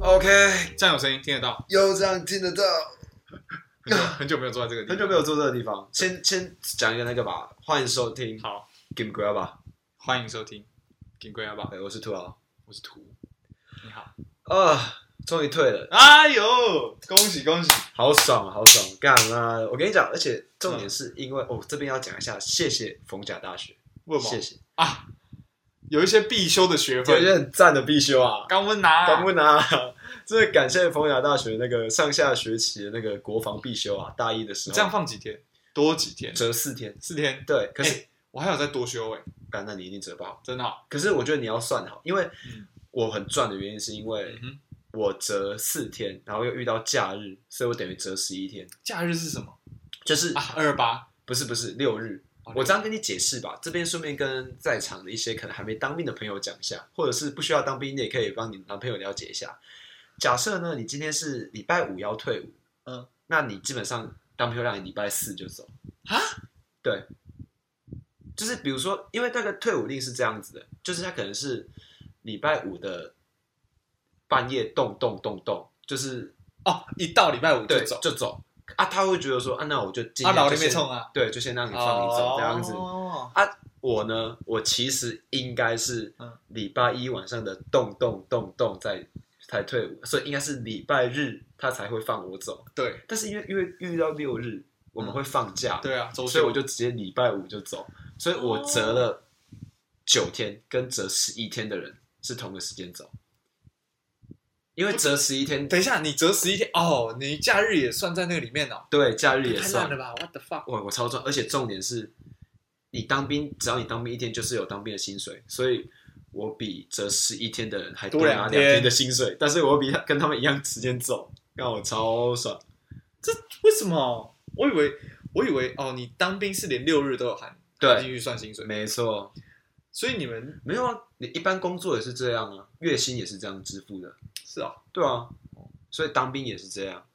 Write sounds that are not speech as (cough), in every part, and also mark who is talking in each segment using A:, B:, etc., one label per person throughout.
A: OK，
B: 这样有声音听得到，
A: 又这样听得到。(laughs)
B: 很久很久没有坐在这个地
A: 很
B: 方，
A: 久没有坐这个地方，先先讲一个那个吧。欢迎收听《
B: 好，
A: Game g r a b 吧
B: 欢迎收听《金龟阿爸》，》，
A: 哎，我是兔啊。
B: 我是图，你好，
A: 啊，终于退了，
B: 哎呦，恭喜恭喜，
A: 好爽，好爽！干啊！我跟你讲，而且重点是因为哦，这边要讲一下，谢谢逢甲大学，
B: 为什
A: 谢
B: 么
A: 谢，
B: 啊？有一些必修的学
A: 有一
B: 分，
A: 些很赞的必修啊。
B: 刚温拿，
A: 敢问啊，真的感谢逢甲大学那个上下学期的那个国防必修啊，大一的时
B: 你
A: 候
B: 这样放几天？多几天？
A: 折四天，
B: 四天？
A: 对，可是
B: 哎我还有再多修哎，
A: 干，那你一定折不好。
B: 真的哦，
A: 可是我觉得你要算好，因为
B: 嗯
A: 我很赚的原因是因为
B: 嗯哼，
A: 我折四天，然后又遇到假日，所以我等于折十一天，
B: 假日是什么
A: 就是、
B: 啊？二八，
A: 不是不是六日。
B: 哦
A: 我这样跟你解释吧，这边顺便跟在场的一些可能还没当兵的朋友讲一下，或者是不需要当兵，你也可以帮你男朋友了解一下。假设呢，你今天是礼拜五要退伍，
B: 嗯，
A: 那你基本上当票让你礼拜四就走，
B: 啊？
A: 对，就是比如说，因为那个退伍令是这样子的，就是他可能是礼拜五的半夜动动动动，就是
B: 哦，一到礼拜五就
A: 对
B: 走，
A: 就走啊，他会觉得说啊，那我就今
B: 啊，
A: 天
B: 老
A: 就
B: 林没
A: 先
B: 冲啊，
A: 对，就先让你放你走、这样子。
B: 哦
A: 我呢，我其实应该是
B: 嗯
A: 礼拜一晚上的动动动动再才退伍，所以应该是礼拜日他才会放我走。
B: 对
A: 但是因为因为遇到六日我们会放假，
B: 嗯对啊，周
A: 所以我
B: 就哦
A: 就直接礼拜五就走，所以我折了九天，跟折十一天的人是同个时间走，因
B: 哎
A: 为折十一天，
B: 等一下，你折十一天哦，你假日也算在那个里面哦。
A: 对，假日也
B: 太
A: 算
B: 烂了，吧？What the fuck？
A: 我我超赚，而且重点是，你当兵只要你当兵一天，就是有当兵的薪水，所以我比折十一天的人还多
B: 多
A: 拿两
B: 两天
A: 天的薪水，但是我比他跟他们一样时间走，让我超爽。
B: 为什么？我以为我以为哦，你当兵是连六日都有含含进
A: 对，
B: 去算薪水，
A: 没错，
B: 所以你们
A: 没有啊，你一般工作也是这样啊，月薪也是这样支付的，
B: 是哦，
A: 对啊，所以当兵也是这样。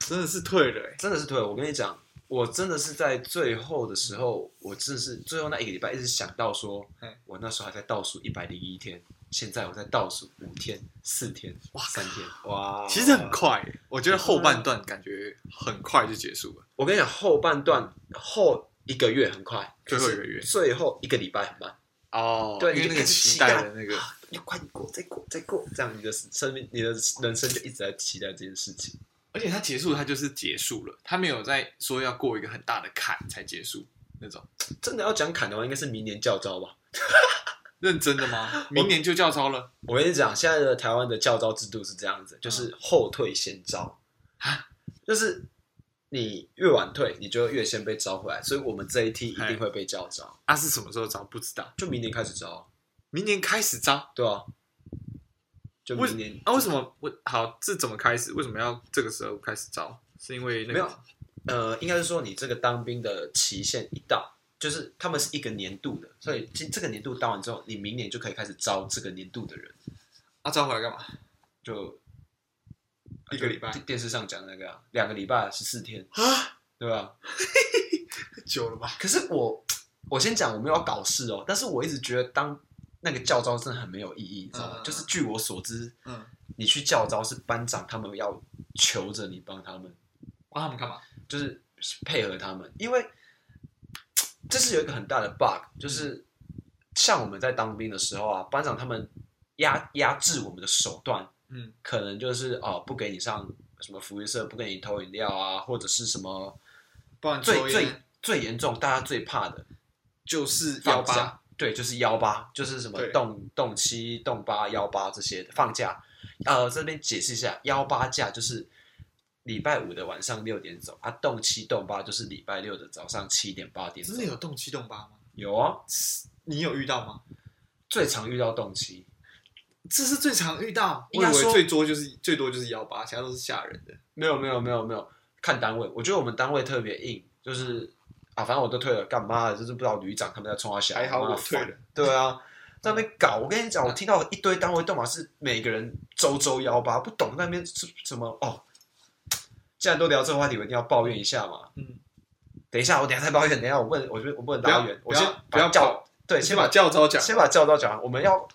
B: 真的是退了哎。
A: 真的是退。我跟你讲，我真的是在最后的时候，我真的是最后那一个礼拜一直想到说
B: 嗯，
A: 我那时候还在倒数一百零一天，现在我在倒数五天、四天、
B: 哇
A: 三天，哇！
B: 其实很，快，欸我觉得后半段感觉很快就结束了。
A: 我跟你讲，后半段后一个月很快，
B: 最后一个
A: 可是
B: 月
A: 最后一个礼拜很慢。
B: 哦
A: 对
B: 因
A: 你
B: 为那
A: 就
B: 个
A: 一直
B: 期
A: 期待啊
B: 待的那个，
A: 要快点过，再过，再过，这样你的生命、你的人生就一直在期待这件事情。
B: 而且它结束，它就是结束了，它没有在说要过一个很大的坎才结束那种。
A: 真的要讲砍的话，应该是明年教招吧。
B: 认真的
A: (laughs)
B: 吗？明年就教招了
A: 我跟你讲，现在的台湾的教招制度是这样子，
B: 嗯
A: 就是后退先招，
B: 啊
A: 就是你越晚退，你就越先被招回来，所以我们这一批一
B: 嗨
A: 定会被叫招，
B: 啊？是什么时候招？不知道。
A: 就明年开始招，
B: 明年开始招，
A: 对啊，就
B: 为
A: 明年
B: 啊，为什么我好？这怎么开始？为什么要这个时候开始招？是因为那
A: 没
B: 个
A: 有呃，应该是说你这个当兵的期限一到，就是他们是一个年度的，所以这这个年度当完之后，你明年就可以开始招这个年度的人，
B: 啊，招回来干嘛？
A: 就
B: 一个礼拜
A: 就电视上讲那个啊两个礼拜十四天，
B: 啊，
A: 对吧、
B: 太久了吧？
A: 可是我，我先讲，我没有要搞事哦，但是我一直觉得当那个教招真的很没有意义，你知道吗？
B: 嗯
A: 就是据我所知，
B: 嗯，
A: 你去教招是班长他们要求着你帮他们，
B: 帮他们干嘛？
A: 就是配合他们，因为这是有一个很大的 bug，就是像我们在当兵的时候啊，班长他们压压制我们的手段，
B: 嗯，
A: 可能就是哦不给你上什么福利社，不给你投饮料啊，或者是什么
B: 帮你
A: 最
B: 抽
A: 最
B: 烟
A: 最严重，大家最怕的。
B: 就是
A: 放
B: 幺
A: 假
B: 八，，
A: 对，就是幺八，就是什么
B: 对
A: 动动七、动八、幺八这些的放假。呃，这边解释一下，幺八假就是礼拜五的晚上六点走，啊，动七、动八就是礼拜六的早上七点、八点走
B: 真的有动七动八吗？
A: 有啊，
B: 你有遇到吗？
A: 最常遇到动七，
B: 这是最常遇到，
A: 应
B: 我
A: 该
B: 以为
A: 说
B: 最多就是最多就是幺八，其他都是吓人的。
A: 没有没有没有没有，看单位，我觉得我们单位特别硬，就是啊，反正我都退了，干嘛的？就是不知道旅长他们在冲他小，
B: 还好
A: 妈的
B: 我退
A: 烦
B: 了。
A: 对啊，在那边搞，我跟你讲，我听到一堆单位动马是每个人周周幺八，不懂那边是什么哦。既然都聊这个话题，我一定要抱怨一下嘛。
B: 嗯，
A: 等一下，我等一下再抱怨。等一下，我问，我就我不能
B: 不要
A: 拉远，
B: 不
A: 我
B: 要
A: 先
B: 不要
A: 把教
B: 跑
A: 对，
B: 先
A: 先
B: 把
A: 把
B: 教招讲。
A: 先把教招讲完。我们要，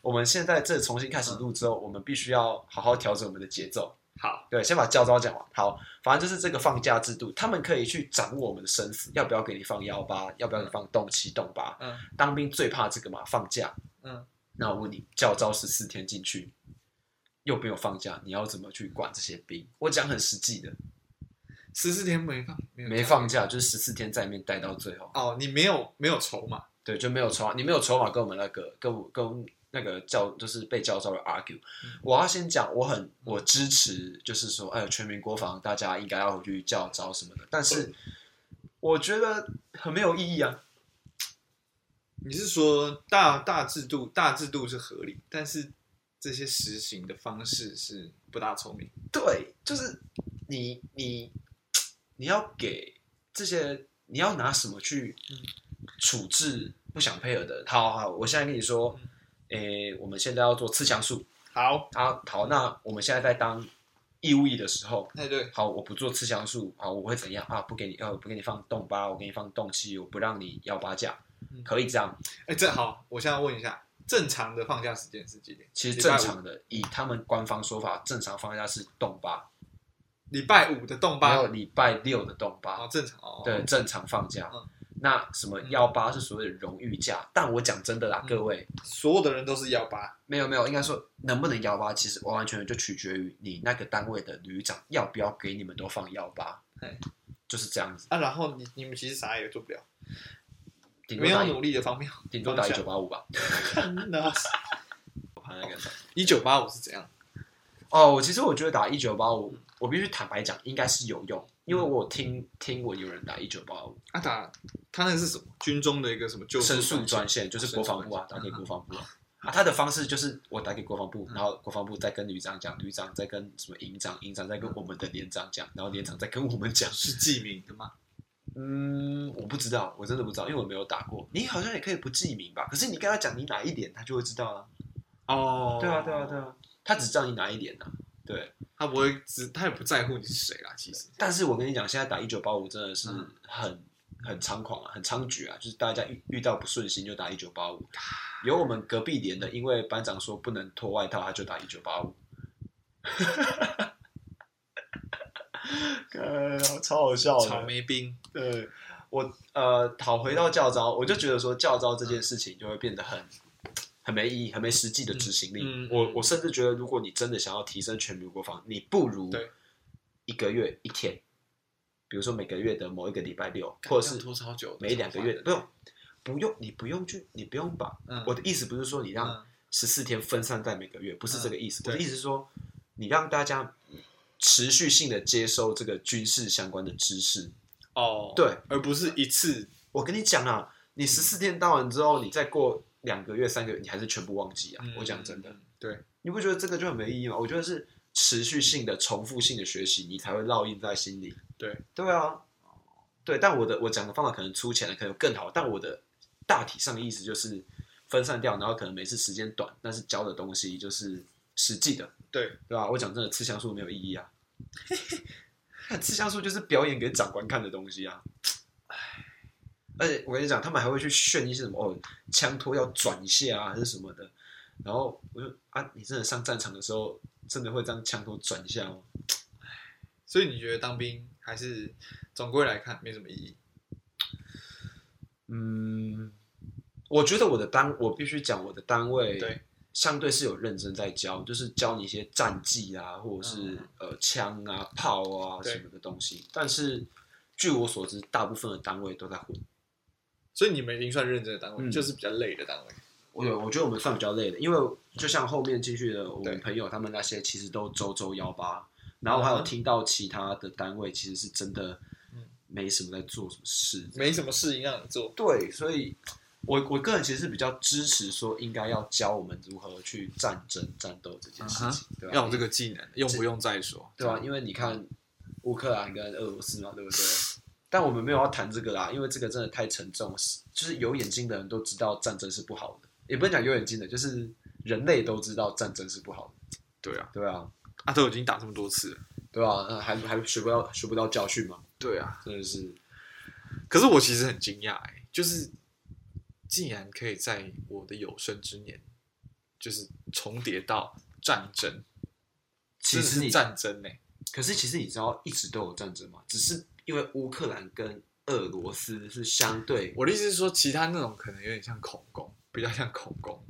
A: 我们现在这重新开始录之后，我们必须要好好调整我们的节奏。
B: 好，
A: 对，先把教招讲完。好，反正就是这个放假制度，他们可以去掌握我们的生死，要不要给你放幺八，要不要给你放动七动八。
B: 嗯
A: 当兵最怕这个嘛，放假。
B: 嗯，
A: 那我问你，教招十四天进去，又没有放假，你要怎么去管这些兵？我讲很实际的，
B: 十四天没放，没有
A: 没放假就是十四天在里面待到最后，
B: 哦，你没有没有筹码，
A: 对，就没有筹码，你没有筹码跟我们那个跟我跟那个教就是被教招的 argue。我
B: 嗯
A: 要先讲，我很我支持，就是说，哎，全民国防大家应该要回去教招什么的，但是我觉得很没有意义啊。
B: 你是说大大制度大制度是合理，但是这些实行的方式是不大聪明。
A: 对，就是你你你要给这些，你要拿什么去
B: 嗯
A: 处置不想配合的人？好好，我现在跟你说
B: 嗯，
A: 诶、我们现在要做刺枪术。
B: 好，
A: 好好，那我们现在在当义务役的时候，
B: 哎对，
A: 好，我不做刺枪术，好，我会怎样啊？不给你，呃，不给你放动八，我给你放动七，我不让你幺八架
B: 嗯，
A: 可以这样。
B: 哎这好，我现在问一下，正常的放假时间是几点？
A: 其实
B: 礼
A: 正
B: 拜五
A: 常的，以他们官方说法，正常放假是动八，
B: 礼拜五的动
A: 没
B: 八
A: 有礼拜六的动八
B: 哦，，正常哦，
A: 对，正常放假
B: 嗯。
A: 那什么幺八是所谓的荣誉假，但我讲真的啦，
B: 嗯
A: 各位，
B: 所有的人都是幺八，
A: 没有没有，应该说能不能幺八，其实完完全全就取决于你那个单位的旅长要不要给你们都放幺八
B: 嘿，
A: 就是这样子。
B: 啊，然后你你们其实啥也做不了，
A: 顶多
B: 没
A: 打
B: 有
A: 一
B: 努力的方面。 (laughs)
A: 顶多打一
B: 方
A: 九
B: 向
A: 八五吧。
B: 那
A: 我看那个
B: 一九八五是怎样？
A: 哦，我其实我觉得打一九八五，我必须坦白讲，应该是有用，因为我听听闻有人打一九八五，
B: 啊打他那是什么？军中的一个什么救
A: 申诉
B: 专线
A: 专线嗯就是国防部啊，打给国防部啊。啊，他的方式就是我打给国防部，然后国防部再跟旅长讲，旅长再跟什么营长，营长再跟我们的连长讲，然后连长再跟我们讲。
B: 是记名的吗？
A: 嗯，我不知道，我真的不知道，因为我没有打过。你好像也可以不记名吧？可是你跟他讲你哪一点，他就会知道啊。
B: 哦
A: 对啊，对啊，对，啊，他只知道你哪一点啊。对，
B: 他不会只他也不在乎你是谁啦，其实。
A: 但是我跟你讲，现在打一九八五真的是
B: 嗯
A: 很、很猖狂啊，很猖獗啊，就是大家遇遇到不顺心就打一九八五。有我们隔壁连的，因为班长说不能脱外套，他就打一九八五。 (laughs) 呃，超好笑
B: 草莓冰，
A: 对，我呃，好回到教招，我就觉得说教招这件事情就会变得很很没意义，很没实际的执行力。
B: 嗯嗯
A: 我我甚至觉得，如果你真的想要提升全民国防，你不如
B: 对
A: 一个月一天，比如说每个月的某一个礼拜六，或者
B: 干这样
A: 是
B: 拖超久的，
A: 每两个月，
B: 超
A: 不用不用，你不用去，你不用把。
B: 烦的，嗯，
A: 我的意思不是说你让
B: 嗯
A: 十四天分散在每个月，不是这个意思。
B: 嗯
A: 我的
B: 对
A: 意思是说，你让大家持续性的接收这个军事相关的知识。
B: 哦，
A: 对，
B: 而不是一次，
A: 我跟你讲啊，你十四天当完之后，你再过两个月、三个月，你还是全部忘记啊。
B: 嗯
A: 我讲真的，，
B: 对，
A: 你不觉得这个就很没意义吗？我觉得是持续性的、重复性的学习，你才会烙印在心里。
B: 对，
A: 对啊，对。但我的我讲的方法可能粗浅了，可能更好。但我的大体上的意思就是分散掉，然后可能每次时间短，但是教的东西就是实际的，
B: 对，
A: 对吧、我讲真的，吃香素没有意义啊。 (laughs) 看吃香素就是表演给长官看的东西啊。而且我跟你讲，他们还会去炫一些什么哦，枪托要转一下啊，还是什么的。然后我就啊，你真的上战场的时候，真的会这样枪托转一下吗？
B: 所以你觉得当兵还是总归来看没什么意义？
A: 嗯，我觉得我的单，我必须讲我的单位，
B: 对，
A: 相对是有认真在教，就是教你一些战技啊，或者是、
B: 嗯
A: 呃枪啊、炮啊
B: 对
A: 什么的东西。但是据我所知，大部分的单位都在混。
B: 所以你们已经算认真的单位，
A: 嗯
B: 就是比较累的单位，
A: 我有，我觉得我们算比较累的，因为就像后面进去的我
B: 对
A: 们朋友他们那些，其实都周周幺八，然后还有
B: 嗯
A: 听到其他的单位其实是真的
B: 嗯
A: 没什么在做什么事。
B: 没什么事情让你做，
A: 对，所以我我个人其实是比较支持说应该要教我们如何去战争、战斗这件事
B: 嗯
A: 情，对吧、啊
B: 要有这个技能，用不用再说，啊
A: (laughs) 对吧、因为你看乌克兰跟俄罗斯嘛，对不对？但我们没有要谈这个啦，因为这个真的太沉重了。是就是有眼睛的人都知道战争是不好的，也不能讲有眼睛的，就是人类都知道战争是不好的。
B: 对啊，
A: 对啊，
B: 啊都已经打这么多次了。
A: 对啊，那还还学不到学不到教训吗？
B: 对啊，
A: 真的是，
B: 可是我其实很惊讶哎，就是竟然可以在我的有生之年，就是重叠到战争，
A: 其
B: 真
A: 实
B: 的
A: 你
B: 是战争呢、欸
A: 可是其实你知道一直都有战争吗？只是因为乌克兰跟俄罗斯是相对
B: 我的意思是说，其他那种可能有点像恐攻，比较像恐攻，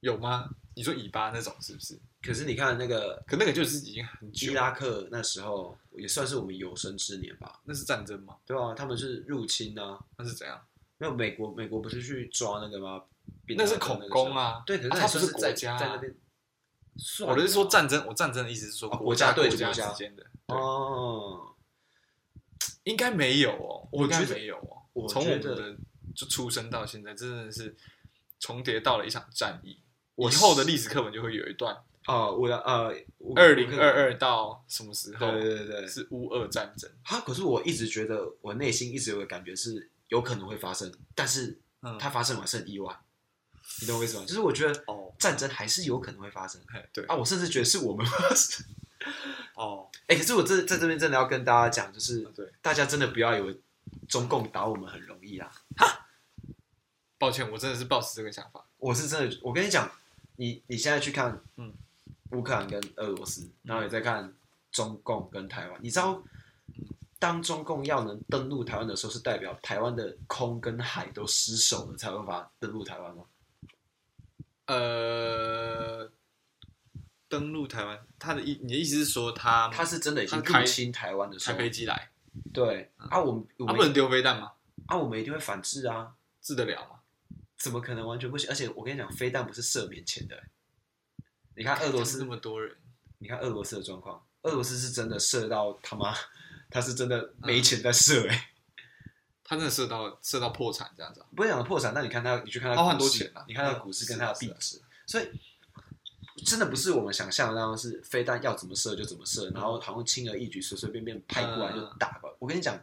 B: 有吗？你说以巴那种是不是？
A: 可是你看那个
B: 可那个就是已经很
A: 伊
B: 久，
A: 拉克那时候也算是我们有生之年吧，
B: 那是战争吗？
A: 对啊，他们是入侵啊，
B: 那是怎样？
A: 没有美国美国不是去抓那个吗？
B: 那是恐攻
A: 啊，
B: 啊！
A: 对，可是
B: 啊
A: 那
B: 它
A: 也
B: 不
A: 算
B: 是
A: 是
B: 国
A: 在
B: 家、
A: 在那
B: 啊。
A: 边算啊，
B: 我的是说战争，我战争的意思是说
A: 哦
B: 家
A: 国家对
B: 国家
A: 国家啊
B: 之间的，对
A: 哦，
B: 应该没有哦，
A: 我
B: 应该
A: 觉得
B: 没有哦。
A: 我
B: 从我
A: 觉
B: 们
A: 得
B: 的就出生到现在，真的是重叠到了一场战役。
A: 我
B: 以后的历史课本就会有一段
A: 哦，我的呃，我
B: 二零二，二到什么时
A: 我
B: 候
A: 可能对对对对，
B: 是乌俄战争？
A: 他可是我一直觉得我内心一直有个感觉是有可能会发生，但是
B: 嗯，
A: 它发生完是很意外，你懂我意思吗？就是我觉得
B: 哦，
A: 战争还是有可能会发生
B: 嘿对
A: 啊，我甚至觉得是我们发生。
B: 哦，
A: 哎、可是我这在这边真的要跟大家讲，就是
B: 对，
A: 大家真的不要以为中共打我们很容易啦。啊
B: 抱歉，我真的是抱持这个想法。
A: 我是真的，我跟你讲，你你现在去看，
B: 嗯
A: 乌克兰跟俄罗斯，然后也在看中共跟台湾，你知道，当中共要能登陆台湾的时候，是代表台湾的空跟海都失守了，才有办法登陆台湾吗？
B: 呃，登陆台湾，他的意你的意思是说他
A: 他是真的已经
B: 他开
A: 入侵台湾的时
B: 开
A: 候，
B: 飞机来，
A: 对啊，我们我
B: 嗯他不能
A: 们
B: 丢飞弹吗？
A: 啊，我们一定会反制啊，
B: 治得了吗？
A: 怎么可能完全不行？而且我跟你讲，飞弹不是赦免钱的、欸你看俄罗斯
B: 那么多人，
A: 你看俄罗斯的状况，俄罗斯是真的射到他妈，他是真
B: 嗯
A: 的没钱在射哎、
B: 他真的射到射到破产这样子啊、
A: 不是讲破产，那你看他，你去看他
B: 他花很
A: 股
B: 多
A: 市
B: 钱啊
A: 你看他
B: 嗯
A: 股市跟他的
B: 是
A: 币
B: 啊
A: 值，所以真的不是我们想象的那样，是飞弹要怎么射就怎么射，然后好像轻而易举，随随便便拍过来就
B: 嗯
A: 打吧。我跟你讲，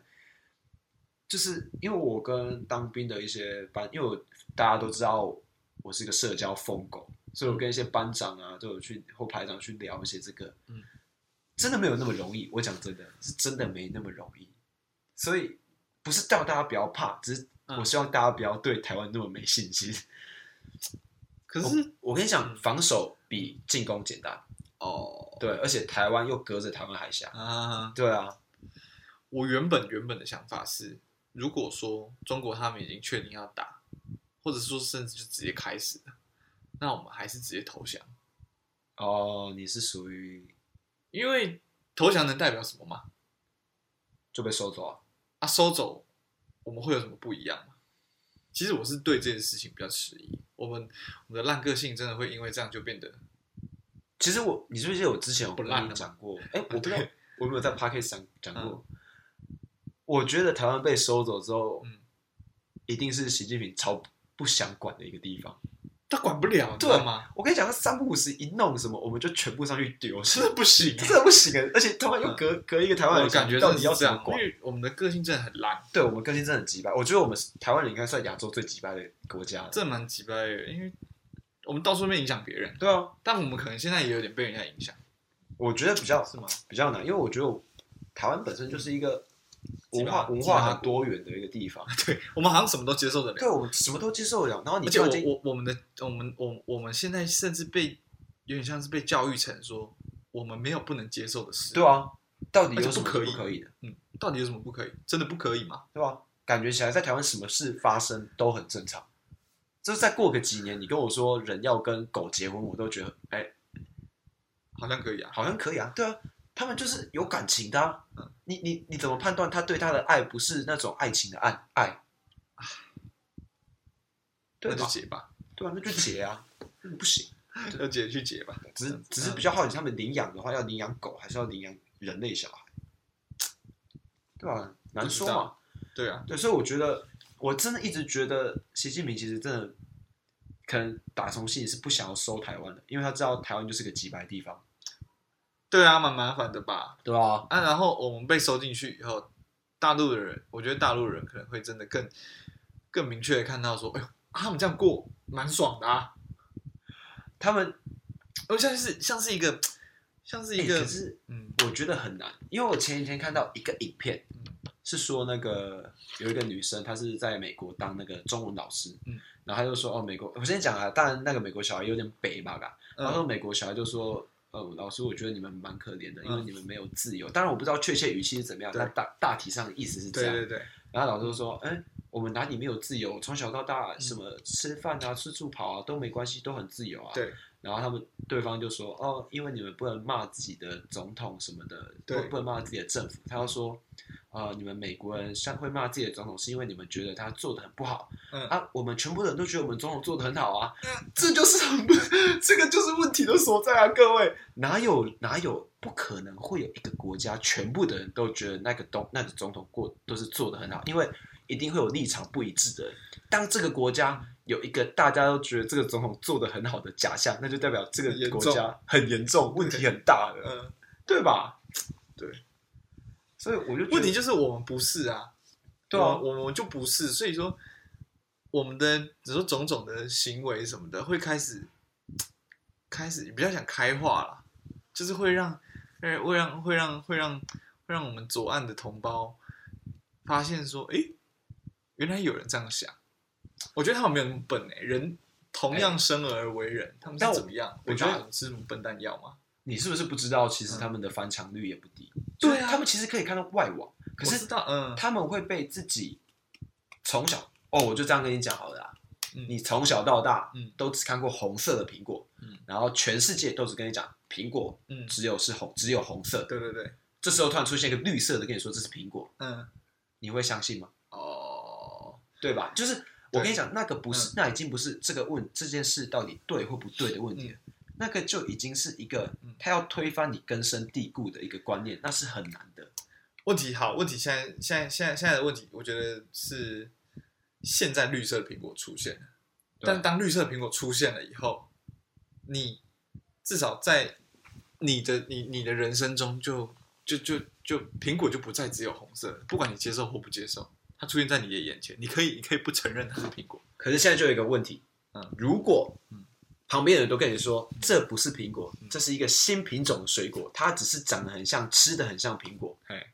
A: 就是因为我跟当兵的一些班，因为我大家都知道我是一个社交疯狗，所以我跟一些班长啊都有去或排长去聊一些这个，
B: 嗯
A: 真的没有那么容易。我讲真的，是真的没那么容易，所以不是叫大家不要怕，只是
B: 嗯
A: 我希望大家不要对台湾那么没信心。
B: 可是嗯
A: 我跟你讲，防守比进攻简单，
B: 哦
A: 对，而且台湾又隔着台湾海峡，
B: 啊，
A: 对啊，
B: 我原本原本的想法是，如果说中国他们已经确定要打，或者说甚至就直接开始了，那我们还是直接投降，
A: 哦，你是属于
B: 因为投降能代表什么吗？
A: 就被收走啊？
B: 啊，收走我们会有什么不一样吗？其实我是对这件事情比较迟疑。我们我们的烂个性真的会因为这样就变得
A: 其实我，你是不是记得我之前有
B: 不
A: 跟
B: 烂了
A: 你
B: 吗
A: 讲过？哎，我不知道，我有没有在 p a r k e t 上讲过
B: 嗯？
A: 我觉得台湾被收走之后，
B: 嗯，
A: 一定是习近平超不想管的一个地方。
B: 他管不了，你知
A: 对
B: 道吗？
A: 我跟你讲，他三不五时一弄什么，我们就全部上去丢，(laughs)
B: 真的不行啊、
A: 真的不行啊！而且他妈又隔隔一个台湾
B: 嗯我
A: 人，
B: 感觉
A: 到
B: 真的
A: 底
B: 是
A: 要
B: 这
A: 怎么
B: 样，欸因
A: 管？
B: 为我们的个性真的很烂，
A: 对我们更新真的很鸡掰，我觉得我们台湾人应该算亚洲最鸡掰的国家了。
B: 这蛮鸡掰的，因为我们到处被影响别人，
A: 对啊，
B: 但我们可能现在也有点被人家影响，
A: 我觉得比较
B: 是吗？
A: 比较难，因为我觉得我台湾本身就是一个文化
B: 鸡巴
A: 文化
B: 鸡巴
A: 很多元的一个地方，
B: 对，我们好像什么都接受得了，
A: 对我们什么都接受得了。然后你
B: 而且
A: 突
B: 我
A: 然间，
B: 我我们的我们我我们现在甚至被有点像是被教育成说我们没有不能接受的事，
A: 对啊，到底
B: 而且
A: 有什么
B: 不可以
A: 不可以的，
B: 嗯，到底有什么不可以？真的不可以吗？
A: 对吧、感觉起来在台湾什么事发生都很正常，就是再过个几年，你跟我说人要跟狗结婚，我都觉得哎、
B: 好像可以啊，
A: 好像可以啊，对啊，他们就是有感情的、啊
B: 嗯。
A: 你你你怎么判断他对他的爱不是那种爱情的爱爱？对
B: 那就
A: 吧？
B: 结吧，
A: 对啊，那就结啊， (laughs) 嗯不行。
B: 要结去结吧。
A: 只是
B: 嗯
A: 只是比较好奇，他们领养的话，要领养狗还是要领养人类小孩？对吧？难说
B: 不知
A: 嘛
B: 道。对啊，
A: 对，所以我觉得，我真的一直觉得习近平其实真的可能打从心里是不想要收台湾的，因为他知道台湾就是个几百地方。
B: 对啊，蛮麻烦的吧？
A: 对啊，
B: 啊，然后我们被收进去以后，大陆的人，我觉得大陆人可能会真的更更明确的看到说，哎呦，啊他们这样过蛮爽的啊。
A: 他们
B: 我像是像是一个像是一
A: 哎
B: 个、
A: 可是
B: 嗯
A: 我觉得很难，因为我前几天看到一个影片
B: 嗯，
A: 是说那个有一个女生，她是在美国当那个中文老师，
B: 嗯
A: 然后她就说哦，美国，我先讲啊，当然那个美国小孩有点北吧，嘎，然后
B: 嗯
A: 美国小孩就说。呃，老师，我觉得你们蛮可怜的，
B: 嗯
A: 因为你们没有自由。当然，我不知道确切语气是怎么样，
B: 对
A: 但大大体上的意思是这
B: 对
A: 样。
B: 对对，
A: 然后老师就说：“哎、我们哪里没有自由？从小到大，
B: 嗯
A: 什么吃饭啊、吃住跑啊都没关系，都很自由啊。”
B: 对。
A: 然后他们对方就说：“哦，因为你们不能骂自己的总统什么的，不
B: 对
A: 不能骂自己的政府。”他就说：“呃，你们美国人像会骂自己的总统，是因为你们觉得他做的很不好
B: 嗯
A: 啊。我们全部人都觉得我们总统做的很好啊，这就是很不这个就是问题的所在啊，各位，哪有哪有不可能会有一个国家全部的人都觉得那个东那个总统过都是做的很好，因为一定会有立场不一致的人。当这个国家有一个大家都觉得这个总统做的很好的假象，那就代表这
B: 很严
A: 个国
B: 重
A: 家很严重，问题很大的，
B: 嗯，
A: 对吧？
B: 对，
A: 所以我就觉得
B: 问题就是我们不是啊，
A: 对啊
B: 我我们就不是，所以说我们的只说种种的行为什么的，会开始开始比较想开化啦，就是会让呃会让会让会让会让我们左岸的同胞发现说，诶，原来有人这样想。我觉得他们没有那么笨诶，人同样生而为人，他们
A: 哎但
B: 是
A: 我
B: 怎么样？
A: 我
B: 我
A: 觉
B: 觉
A: 得
B: 得我们吃什么笨蛋药吗？
A: 你是不是不知道，其实他们的翻墙率也不低，
B: 嗯对啊
A: 就是他们其实可以看到外网，可
B: 我
A: 是
B: 知道，嗯，
A: 他们会被自己从小哦，我就这样跟你讲好了啊、
B: 嗯
A: 你从小到大，
B: 嗯
A: 都只看过红色的苹果，
B: 嗯
A: 然后全世界都只跟你讲苹果
B: 嗯，
A: 只有是红，只有红色的。
B: 对对对，
A: 这时候突然出现一个绿色的，跟你说这是苹果，
B: 嗯，
A: 你会相信吗？
B: 哦，
A: 对嗯吧？就是我
B: 对
A: 跟你讲，那个不是，那已经不是这个问这件事到底对或不对的问题了，那个就已经是一个
B: 嗯
A: 他要推翻你根深蒂固的一个观念，那是很难的。
B: 问题好，问题现在现在现在现在的问题，我觉得是现在绿色的苹果出现了，
A: 对
B: 但当绿色的苹果出现了以后，你至少在你的你你的人生中就就就就苹果就不再只有红色了，不管你接受或不接受，它出现在你的眼前，你可以你可以不承认它是苹果，
A: 可是现在就有一个问题，
B: 嗯
A: 如果
B: 嗯
A: 旁边的人都跟你说这不是苹果
B: 嗯，
A: 这是一个新品种的水果，它只是长得很像，吃的很像苹果，
B: 哎，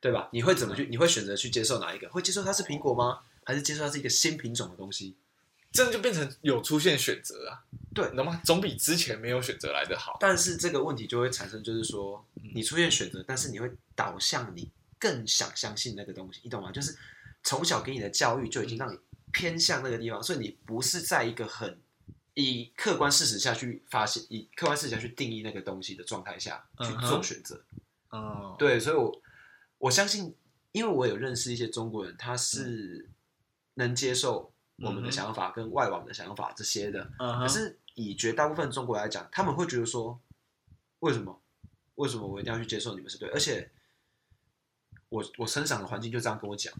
A: 对吧？你会怎么去？你会选择去接受哪一个？会接受它是苹果吗？还是接受它是一个新品种的东西？
B: 这样就变成有出现选择啊，
A: 对
B: 你懂吗？总比之前没有选择来的好。
A: 但是这个问题就会产生，就是说
B: 嗯
A: 你出现选择，但是你会导向你更想相信那个东西，你懂吗？就是从小给你的教育就已经让你偏向那个地方，所以你不是在一个很以客观事实下去发现，以客观事实下去定义那个东西的状态下去
B: 嗯哼
A: 做选择。
B: 嗯，
A: 对，所以我我相信，因为我有认识一些中国人，他是能接受我们
B: 嗯嗯哼
A: 的想法跟外网的想法这些的，
B: 嗯哼
A: 可是以绝大部分中国来讲，他们会觉得说，为什么？为什么我一定要去接受你们是对？而且我我生长的环境就这样跟我讲，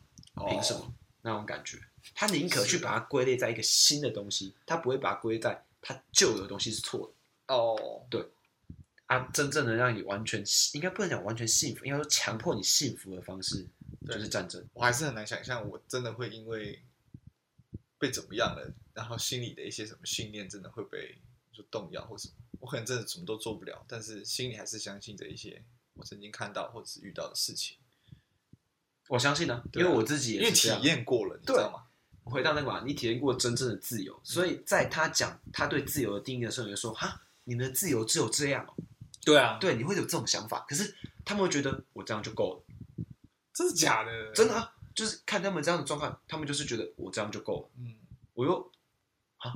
A: 凭什么、
B: 哦
A: 那种感觉？他宁可
B: 是
A: 去把它归类在一个新的东西，他不会把它归类在他旧的东西是错的
B: 哦，
A: 啊！真正的让你完全应该不能讲完全幸福，应该说强迫你幸福的方式
B: 对
A: 就是战争。
B: 我还是很难想象，我真的会因为被怎么样了，然后心里的一些什么信念真的会被就动摇或什么。我可能真的什么都做不了，但是心里还是相信着一些我曾经看到或者是遇到的事情，
A: 我相信呢、
B: 对
A: 因
B: 啊
A: 为我自己
B: 因
A: 也是
B: 为体
A: 这样。
B: 验过了，你知道吗？
A: 回到那个嘛，你体验过真正的自由，所以在他讲他对自由的定义的时候，你就说哈，你们的自由只有这样哦、
B: 对啊，
A: 对，你会有这种想法。可是他们会觉得我这样就够了，
B: 真的假的？
A: 真的、，啊，就是看他们这样的状况，他们就是觉得我这样就够了。
B: 嗯，
A: 我又啊，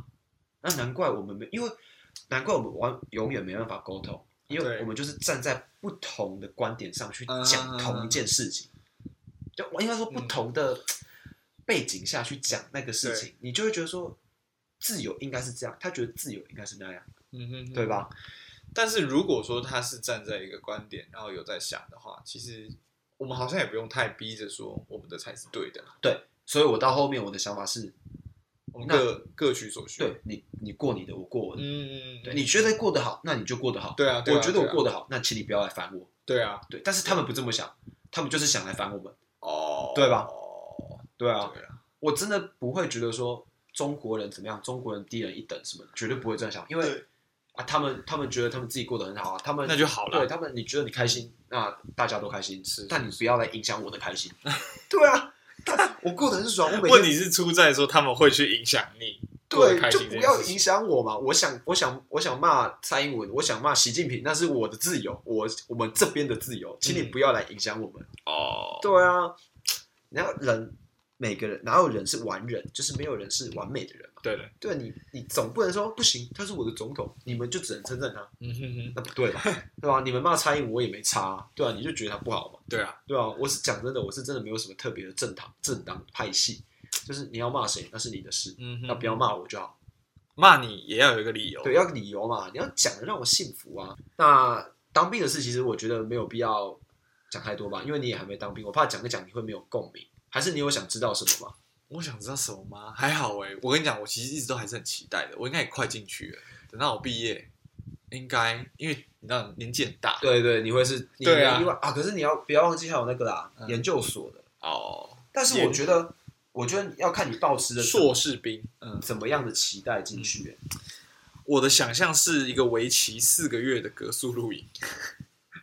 A: 那难怪我们没，因为难怪我们完永远没办法沟通，因为
B: 对
A: 我们就是站在不同的观点上去
B: 嗯
A: 讲同一件事情，就我应该说不
B: 嗯
A: 同的背景下去讲那个事情，你就会觉得说自由应该是这样，他觉得自由应该是那样，
B: 嗯哼哼
A: 对吧？
B: 但是如果说他是站在一个观点，然后有在想的话，其实我们好像也不用太逼着说我们的才是对的啦，
A: 对，所以我到后面我的想法是，
B: 我们
A: 那
B: 各各取所需。
A: 对你你过你的，我过我的。
B: 嗯，嗯，
A: 对，
B: 嗯
A: 你觉得过得好，那你就过得好。
B: 对啊，对啊
A: 我觉得
B: 对
A: 我
B: 啊
A: 过得好，那请你不要来烦我。
B: 对啊，
A: 对，但是他们不这么想，他们就是想来烦我们。
B: 哦，
A: 对吧
B: 哦，
A: 对啊，
B: 对啊，
A: 我真的不会觉得说中国人怎么样，中国人低人一等什么的，绝对不会这样想，因为
B: 对
A: 啊，他们他们觉得他们自己过得很好啊，他们
B: 那就好了
A: 对他们，你觉得你开心，那大家都开心，
B: 是
A: 但你不要来影响我的
B: (laughs)
A: 开心。 (laughs) 对啊，大我过得很爽，我每
B: 问
A: 天
B: 题是出在说他们会去影响你过得
A: 对
B: 开
A: 就
B: 心
A: 不
B: 这件
A: 要
B: 事
A: 影
B: 情。
A: 响我嘛。我想，我想，我想骂蔡英文，我想骂习近平，那是我的自由，我我们这边的自由，请你
B: 嗯
A: 不要来影响我们。
B: 哦，
A: 对啊，然后人每个人哪有人是完人，就是没有人是完美的人嘛。
B: 对的，
A: 对啊你，你总不能说不行，他是我的总统，你们就只能称赞他，
B: 嗯哼哼，
A: 那不 (laughs) 对吧？对吧？你们骂蔡英文我也没差啊、对啊，你就觉得他不好嘛，
B: 对啊，
A: 对啊，我是讲真的，我是真的没有什么特别的政党政党派系，就是你要骂谁那是你的事，
B: 嗯哼，
A: 那不要骂我就好。
B: 骂你也要有一个理由。
A: 对，要理由嘛，你要讲的让我幸福啊。那当兵的事，其实我觉得没有必要讲太多吧，因为你也还没当兵，我怕讲着讲你会没有共鸣，还是你有想知道什么吗？
B: 我想知道什么吗？还好哎、我跟你讲，我其实一直都还是很期待的。我应该也快进去了，等到我毕业，应该因为你知道年纪很大
A: 对对，你会是你
B: 对啊
A: 意外啊，可是你要不要忘记还有那个啦，
B: 嗯
A: 研究所的。
B: 哦，
A: 但是我觉得，我觉得要看你抱持的
B: 硕士嗯兵。嗯，
A: 怎么样的期待进去、欸
B: 我的想象是一个为期四个月的格宿露营，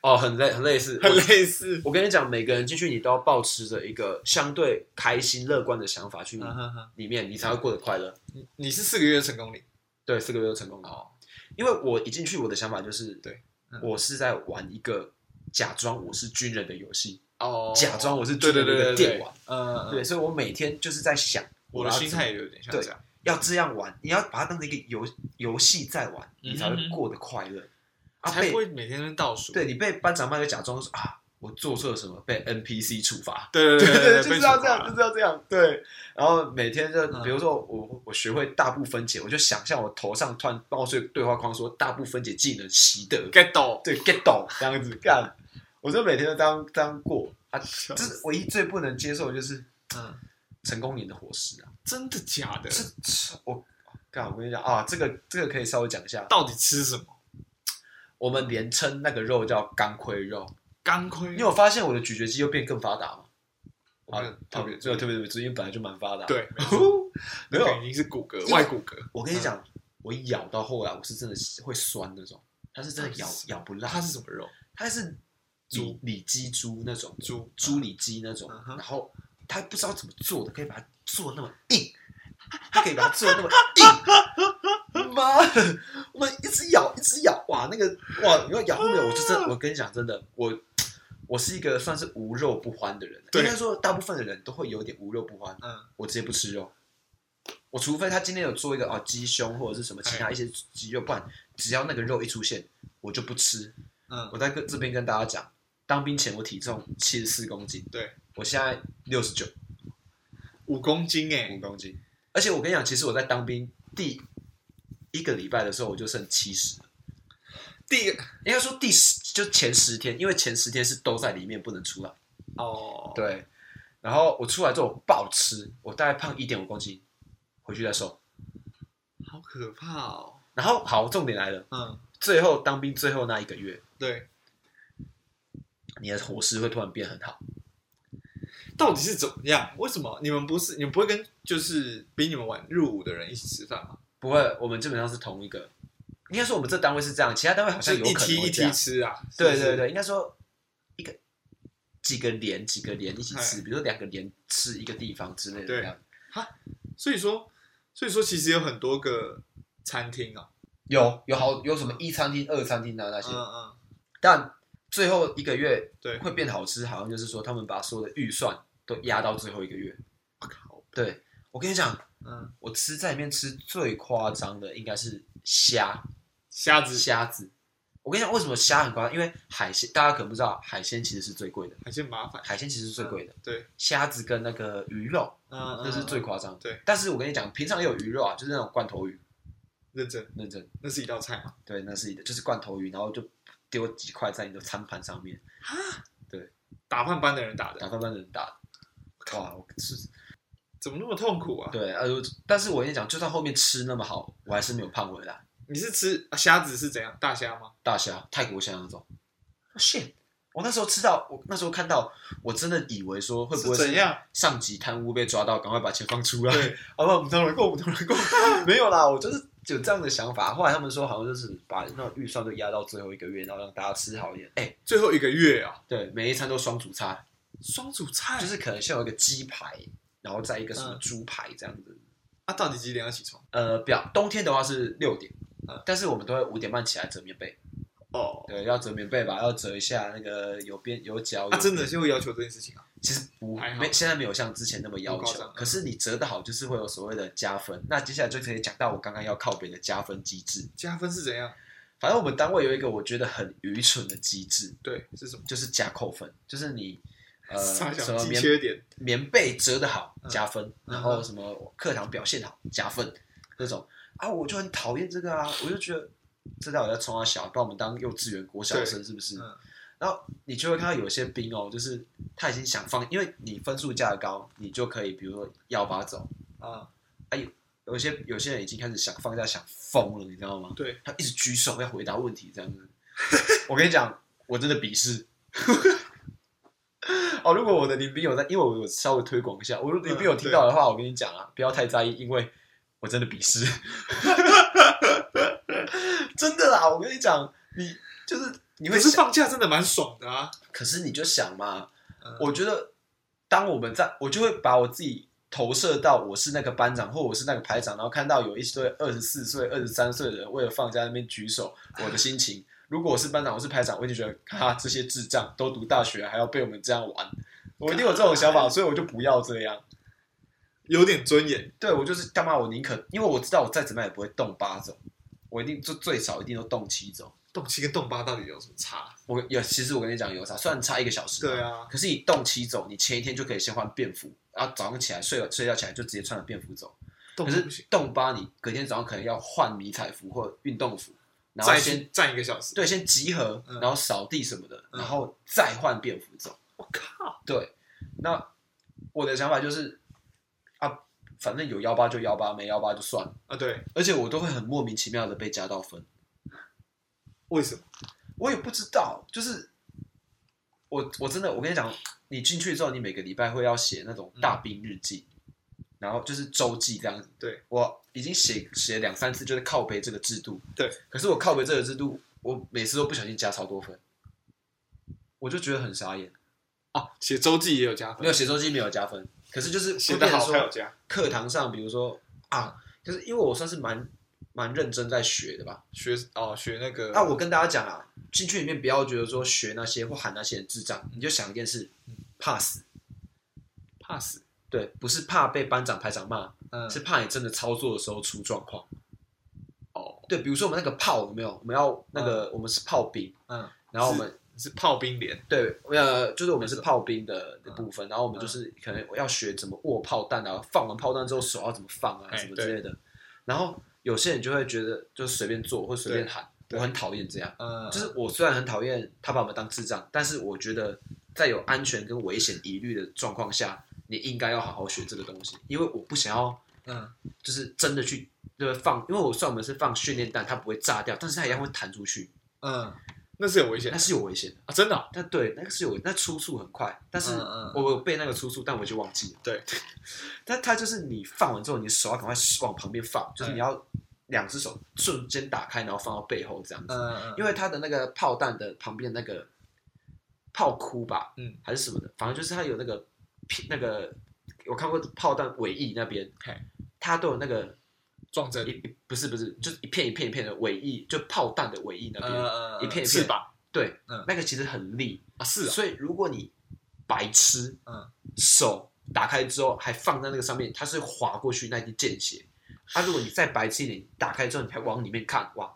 A: 哦，很类很类似。
B: (laughs) 很
A: 我
B: 类似。
A: 我跟你讲，每个人进去，你都要抱持着一个相对开心、乐观的想法去
B: 啊哈哈
A: 里面，你才会过得快乐。
B: 你你是四个月的成功领
A: 对，四个月就成功了。
B: 哦，
A: 因为我一进去，我的想法就是，
B: 对嗯
A: 我是在玩一个假装我是军人的游戏，
B: 哦，
A: 假装我是
B: 对
A: 军
B: 对
A: 人的
B: 对
A: 一
B: 对
A: 个电玩。，
B: 嗯，
A: 对，
B: 对，
A: 所以我每天就是在想，
B: 我
A: 要
B: 的心
A: 怎么
B: 态也有点像这样。
A: 要这样玩，你要把它当成一个游游戏在玩，
B: 嗯哼
A: 你才会过得快乐。啊，
B: 才
A: 被
B: 不会每天倒数。
A: 对你被班长骂就假装说啊，我做错了什么，被 NPC 处罚。
B: 对对对，
A: 就是
B: 被
A: 要
B: 处
A: 这
B: 罚
A: 样，就是要这样。对，然后每天就
B: 嗯
A: 比如说我我学会大部分解，我就想象我头上突然冒出一个对话框说大部分解技能习得，
B: get 到。
A: 对 get 懂这样子干。我就每天都这样这样过啊，就是唯一最不能接受的就是
B: 嗯，
A: 成功你的伙食啊，
B: 真的假的？
A: 这这我干，我跟你讲啊，这个这个可以稍微讲一下，
B: 到底吃什么？
A: 我们连称那个肉叫钢盔肉。
B: 干亏
A: 你有发现我的咀嚼肌又变更发达吗？
B: 我没有特别
A: 没有特别特别注意，因为本来就蛮发达。，
B: 对，
A: (laughs) 没
B: 那个
A: 有。
B: 已经是骨
A: 因
B: 骼
A: 为
B: 外骨骼。
A: 我跟你讲，我咬到后来，我是真的会酸那种，它是真的咬
B: 它是
A: 咬不烂。
B: 它是什么肉？
A: 它是
B: 猪
A: 里里脊猪那种
B: 猪
A: 猪里脊那种，
B: 嗯哼
A: 然后他不知道怎么做的，可以把它做那么硬，他可以把它做那么硬。妈的，我们一直咬，一直咬，哇，那个哇，你要咬后面，我就真的，我跟你讲，真的，我我是一个算是无肉不欢的人，
B: 对
A: 应该说大部分的人都会有点无肉不欢，
B: 嗯，
A: 我直接不吃肉。我除非他今天有做一个哦鸡胸或者是什么其
B: 哎
A: 他一些鸡肉，不然只要那个肉一出现，我就不吃。
B: 嗯，
A: 我在跟这边跟大家讲，当兵前我体重七十四公斤，
B: 对
A: 我现在六十九
B: 五公斤哎
A: 五，公斤，而且我跟你讲，其实我在当兵第一个礼拜的时候，我就剩七十，
B: 第一个
A: 应该说第十就前十天，因为前十天是都在里面不能出来，
B: 哦，
A: 对，然后我出来之后我暴吃，我大概胖一点五公斤，回去再瘦，
B: 好可怕哦。
A: 然后好，重点来了，
B: 嗯，
A: 最后当兵最后那一个月，
B: 对，
A: 你的伙食会突然变很好。
B: 到底是怎么样？为什么你们不是你们不会跟就是比你们晚入伍的人一起吃饭吗？
A: 不会，我们基本上是同一个。应该说我们这单位是这样，其他单位好
B: 就
A: 像有
B: 一
A: 可能
B: 梯
A: 会
B: 一
A: 这
B: 梯
A: 样。
B: 吃啊？是不
A: 对
B: 是
A: 对，对，应该说一个几个连几个连一起吃，
B: 哎
A: 比如说两个连吃一个地方之类的
B: 对
A: 这样。
B: 所以说所以说其实有很多个餐厅啊，
A: 有有好有什么一餐厅、二餐厅啊那些，
B: 嗯嗯，
A: 但最后一个月
B: 对，
A: 会变好吃，好像就是说他们把所有的预算都压到最后一个月。
B: 我啊靠，
A: 对我跟你讲，
B: 嗯，
A: 我吃在里面吃最夸张的应该是虾，
B: 虾子
A: 虾子。我跟你讲，为什么虾很夸张？因为海鲜，大家可能不知道，海鲜其实是最贵的，
B: 还是麻烦，
A: 海鲜其实是最贵的。
B: 对，
A: 虾子跟那个鱼肉，
B: 嗯，
A: 那是最
B: 嗯
A: 夸张。
B: 对，
A: 但是我跟你讲，平常也有鱼肉啊，就是那种罐头鱼，
B: 认真，
A: 认真，
B: 那是一道菜吗？
A: 对，那是一就是罐头鱼，然后就丢几块在你的餐盘上面，
B: 打饭班的人打的，
A: 打翻翻人打的。哇，我是
B: 怎么那么痛苦啊？
A: 对，呃，但是我跟你讲，就算后面吃那么好，我还是没有胖回来。
B: 你是吃啊虾子是怎样大虾吗？
A: 大虾，泰国虾那种，shit，我那时候知道，我那时候看到，我真的以为说会不会
B: 是怎样？
A: 上级贪污被抓到，赶快把钱放出来，
B: 对
A: 好哦不好？我们当然够，我们当然够， (laughs) 没有啦，我就是有这样的想法。后来他们说，好像就是把那种预算都压到最后一个月，然后让大家吃好一点。哎、
B: (laughs) 最后一个月啊，
A: 对，每一餐都双主餐，
B: 双主菜
A: 就是可能先有一个鸡排，然后再一个什么
B: 嗯
A: 猪排这样子。
B: 啊，到底几点要起床？
A: 呃，表冬天的话是六点
B: 嗯，
A: 但是我们都会五点半起来折棉被。
B: 哦，
A: 对，要折棉被吧，要折一下那个有边有角。
B: 啊，
A: 有
B: 真的是会要求这件事情啊。
A: 其实不
B: 还好
A: 没，现在没有像之前那么要
B: 不夸
A: 求
B: 张，
A: 可是你折的好，就是会有所谓的加分。那接下来就可以讲到我刚刚要靠北的加分机制。
B: 加分是怎样？
A: 反正我们单位有一个我觉得很愚蠢的机制，
B: 对，是什么？
A: 就是加扣分，就是你呃
B: 傻
A: 什
B: 小
A: 么
B: 鸡
A: 棉
B: 缺点，
A: 棉被折的好
B: 嗯
A: 加分，
B: 嗯
A: 然后什么课堂表现好加分那种啊，我就很讨厌这个啊，我就觉得这到底在冲他小，把我们当幼稚园国小生是不是？
B: 嗯
A: 然后你就会看到有些兵哦，就是他已经想放，因为你分数加的高，你就可以比如说幺八走。
B: 啊，
A: 有些有些人已经开始想放假，想疯了，你知道吗？
B: 对，
A: 他一直举手要回答问题，这样子。我跟你讲，我真的鄙视。哦，如果我的林斌有在，因为我有稍微推广一下，我如果林斌有听到的话，我跟你讲啊，不要太在意，因为我真的鄙视。 (laughs) 真的啦，我跟你讲，你就是你
B: 你
A: 会
B: 们是
A: 想，
B: 放假真的蛮爽的啊。
A: 可是你就想嘛，
B: 嗯
A: 我觉得当我们在，我就会把我自己投射到我是那个班长或我是那个排长，然后看到有一堆二十四岁、二十三岁的人为了放假在那边举手，我的心情。如果我是班长，我是排长，我就觉得，哈，这些智障都读大学，还要被我们这样玩，我一定有这种想法，所以我就不要这样。
B: 有点尊严，
A: 对我就是干嘛，我宁可，因为我知道我再怎么样也不会动八种，我一定就最少一定都动七种。
B: 动七跟动八到底有什么差？
A: 我有，其实我跟你讲有差，虽然差一个小时，
B: 对啊，
A: 可是你动七走，你前一天就可以先换便服，然后早上起来睡了睡觉起来就直接穿着便服走。
B: 动
A: 可
B: 不
A: 是
B: 行，
A: 动八，你隔天早上可能要换迷彩服或运动服，然后
B: 再
A: 先
B: 去站一个小时。
A: 对先集合，
B: 嗯
A: 然后扫地什么的，
B: 嗯
A: 然后再换便服走。
B: 我靠，
A: 对，那我的想法就是啊，反正有幺八就幺八，没幺八就算了。
B: 啊对，
A: 而且我都会很莫名其妙的被加到分，
B: 为什么？
A: 我也不知道，就是我我真的我跟你讲，你进去之后，你每个礼拜会要写那
B: 嗯
A: 种大兵日记，然后就是周记这样子。
B: 对，
A: 我已经写写两三次，就是靠背这个制度。
B: 对，
A: 可是我靠背这个制度，我每次都不小心加超多分，我就觉得很傻眼。
B: 哦，写周记也有加
A: 没
B: 分，
A: 有写周记没有加分，可是就是
B: 写得
A: 会
B: 好才
A: 变成
B: 有
A: 说
B: 加。
A: 课堂上，比如说啊，就是因为我算是蛮蛮认真在学的吧，
B: 学哦，学那个
A: 那我跟大家讲啊，进去里面不要觉得说学那些或喊那些人智障，你就想一件事，嗯怕死。
B: 怕死，
A: 对，不是怕被班长、排长骂，
B: 嗯
A: 是怕你真的操作的时候出状况。
B: 哦，
A: 对，比如说我们那个炮有没有？我们要那个、我们是炮兵，
B: 嗯，
A: 然后我们
B: 是炮兵连，
A: 对呃，就是我们是炮兵的的
B: 嗯
A: 部分，然后我们就是可能要学怎么握炮弹啊，放完炮弹之后手要怎么放啊，
B: 哎
A: 什么之类的。然后有些人就会觉得就随便做或随便喊，我
B: 对
A: 很讨厌这样。
B: 嗯，
A: 就是我虽然很讨厌他把我们当智障，但是我觉得在有安全跟危险疑虑的状况下，你应该要好好学这个东西，因为我不想要
B: 嗯，
A: 就是真的去就是放，因为我算我们是放训练弹，它不会炸掉，但是它一样会弹出去，
B: 嗯，那是有危险
A: 那
B: 的
A: 是有危险的。
B: 啊，真的哦，
A: 但对，那个是有，那出速很快，但是
B: 嗯嗯嗯
A: 我有背那个出速，但我就忘记了。
B: 对，
A: (laughs) 但它就是你放完之后，你的手要赶快往旁边放，就是
B: 嗯
A: 你要两只手瞬间打开，然后放到背后这样子。
B: 嗯，
A: 因为它的那个炮弹的旁边那个炮窟吧，
B: 嗯，
A: 还是什么的，反正就是它有那个屁那个，我看过炮弹尾翼那边
B: 嘿，
A: 它都有那个
B: 撞针
A: 一，一不是不是，就是一片一片一片的尾翼，就炮弹的尾翼那边，
B: 嗯
A: 一片一片
B: 翅膀
A: 对，
B: 嗯
A: 那个其实很利，
B: 啊，是啊，
A: 所以如果你白痴，
B: 嗯，
A: 手打开之后还放在那个上面，它是划过去那滴溅血。啊，如果你再白痴一点，打开之后你还往里面看，哇，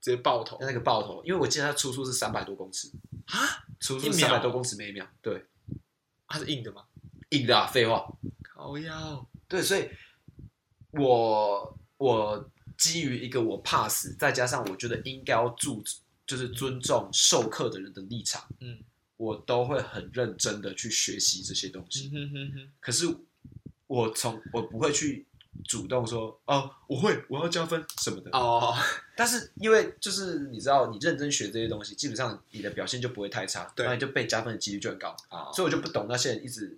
B: 直接爆头
A: 那个爆头，因为我记得它初速是三百多公尺，
B: 啊，
A: 初
B: 一
A: 速
B: 秒
A: 三百多公尺每秒，对，
B: 它是硬的吗？
A: 硬的啊，废话，
B: 靠腰，
A: 对，所以我我基于一个我怕死，再加上我觉得应该要注就是尊重授课的人的立场，
B: 嗯，
A: 我都会很认真的去学习这些东西。
B: 嗯哼哼哼，
A: 可是我从我不会去主动说哦，我会，我要加分什么的。
B: 哦，
A: 但是因为就是你知道，你认真学这些东西，基本上你的表现就不会太差，
B: 对
A: 那你就被加分的几率就很高。
B: 好
A: 所以我就不懂那些人一直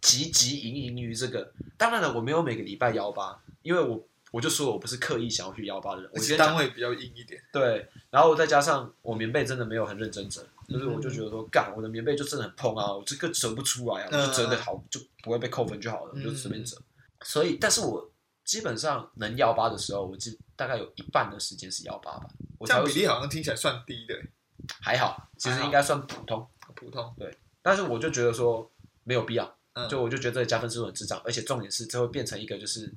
A: 汲汲营营于这个。当然了，我没有每个礼拜幺八，因为我我就说我不是刻意想要去幺八的人，我
B: 而
A: 觉
B: 且
A: 得
B: 单位比较硬一点，
A: 对，然后再加上我棉被真的没有很认真折，就是
B: 嗯
A: 我就觉得说，干我的棉被就真的很蓬啊，我这个折不出来啊，
B: 嗯
A: 我就折的好就不会被扣分就好了，我
B: 嗯
A: 就随便折。所以，但是我基本上能幺八的时候，我基大概有一半的时间是幺八吧，我
B: 这
A: 才
B: 样
A: 会
B: 比例好像听起来算低的，
A: 还好，其实应该算普通。
B: 普通。
A: 但是我就觉得说没有必要，
B: 嗯
A: 就我就觉得这个加分制度很智障，而且重点是这会变成一个就是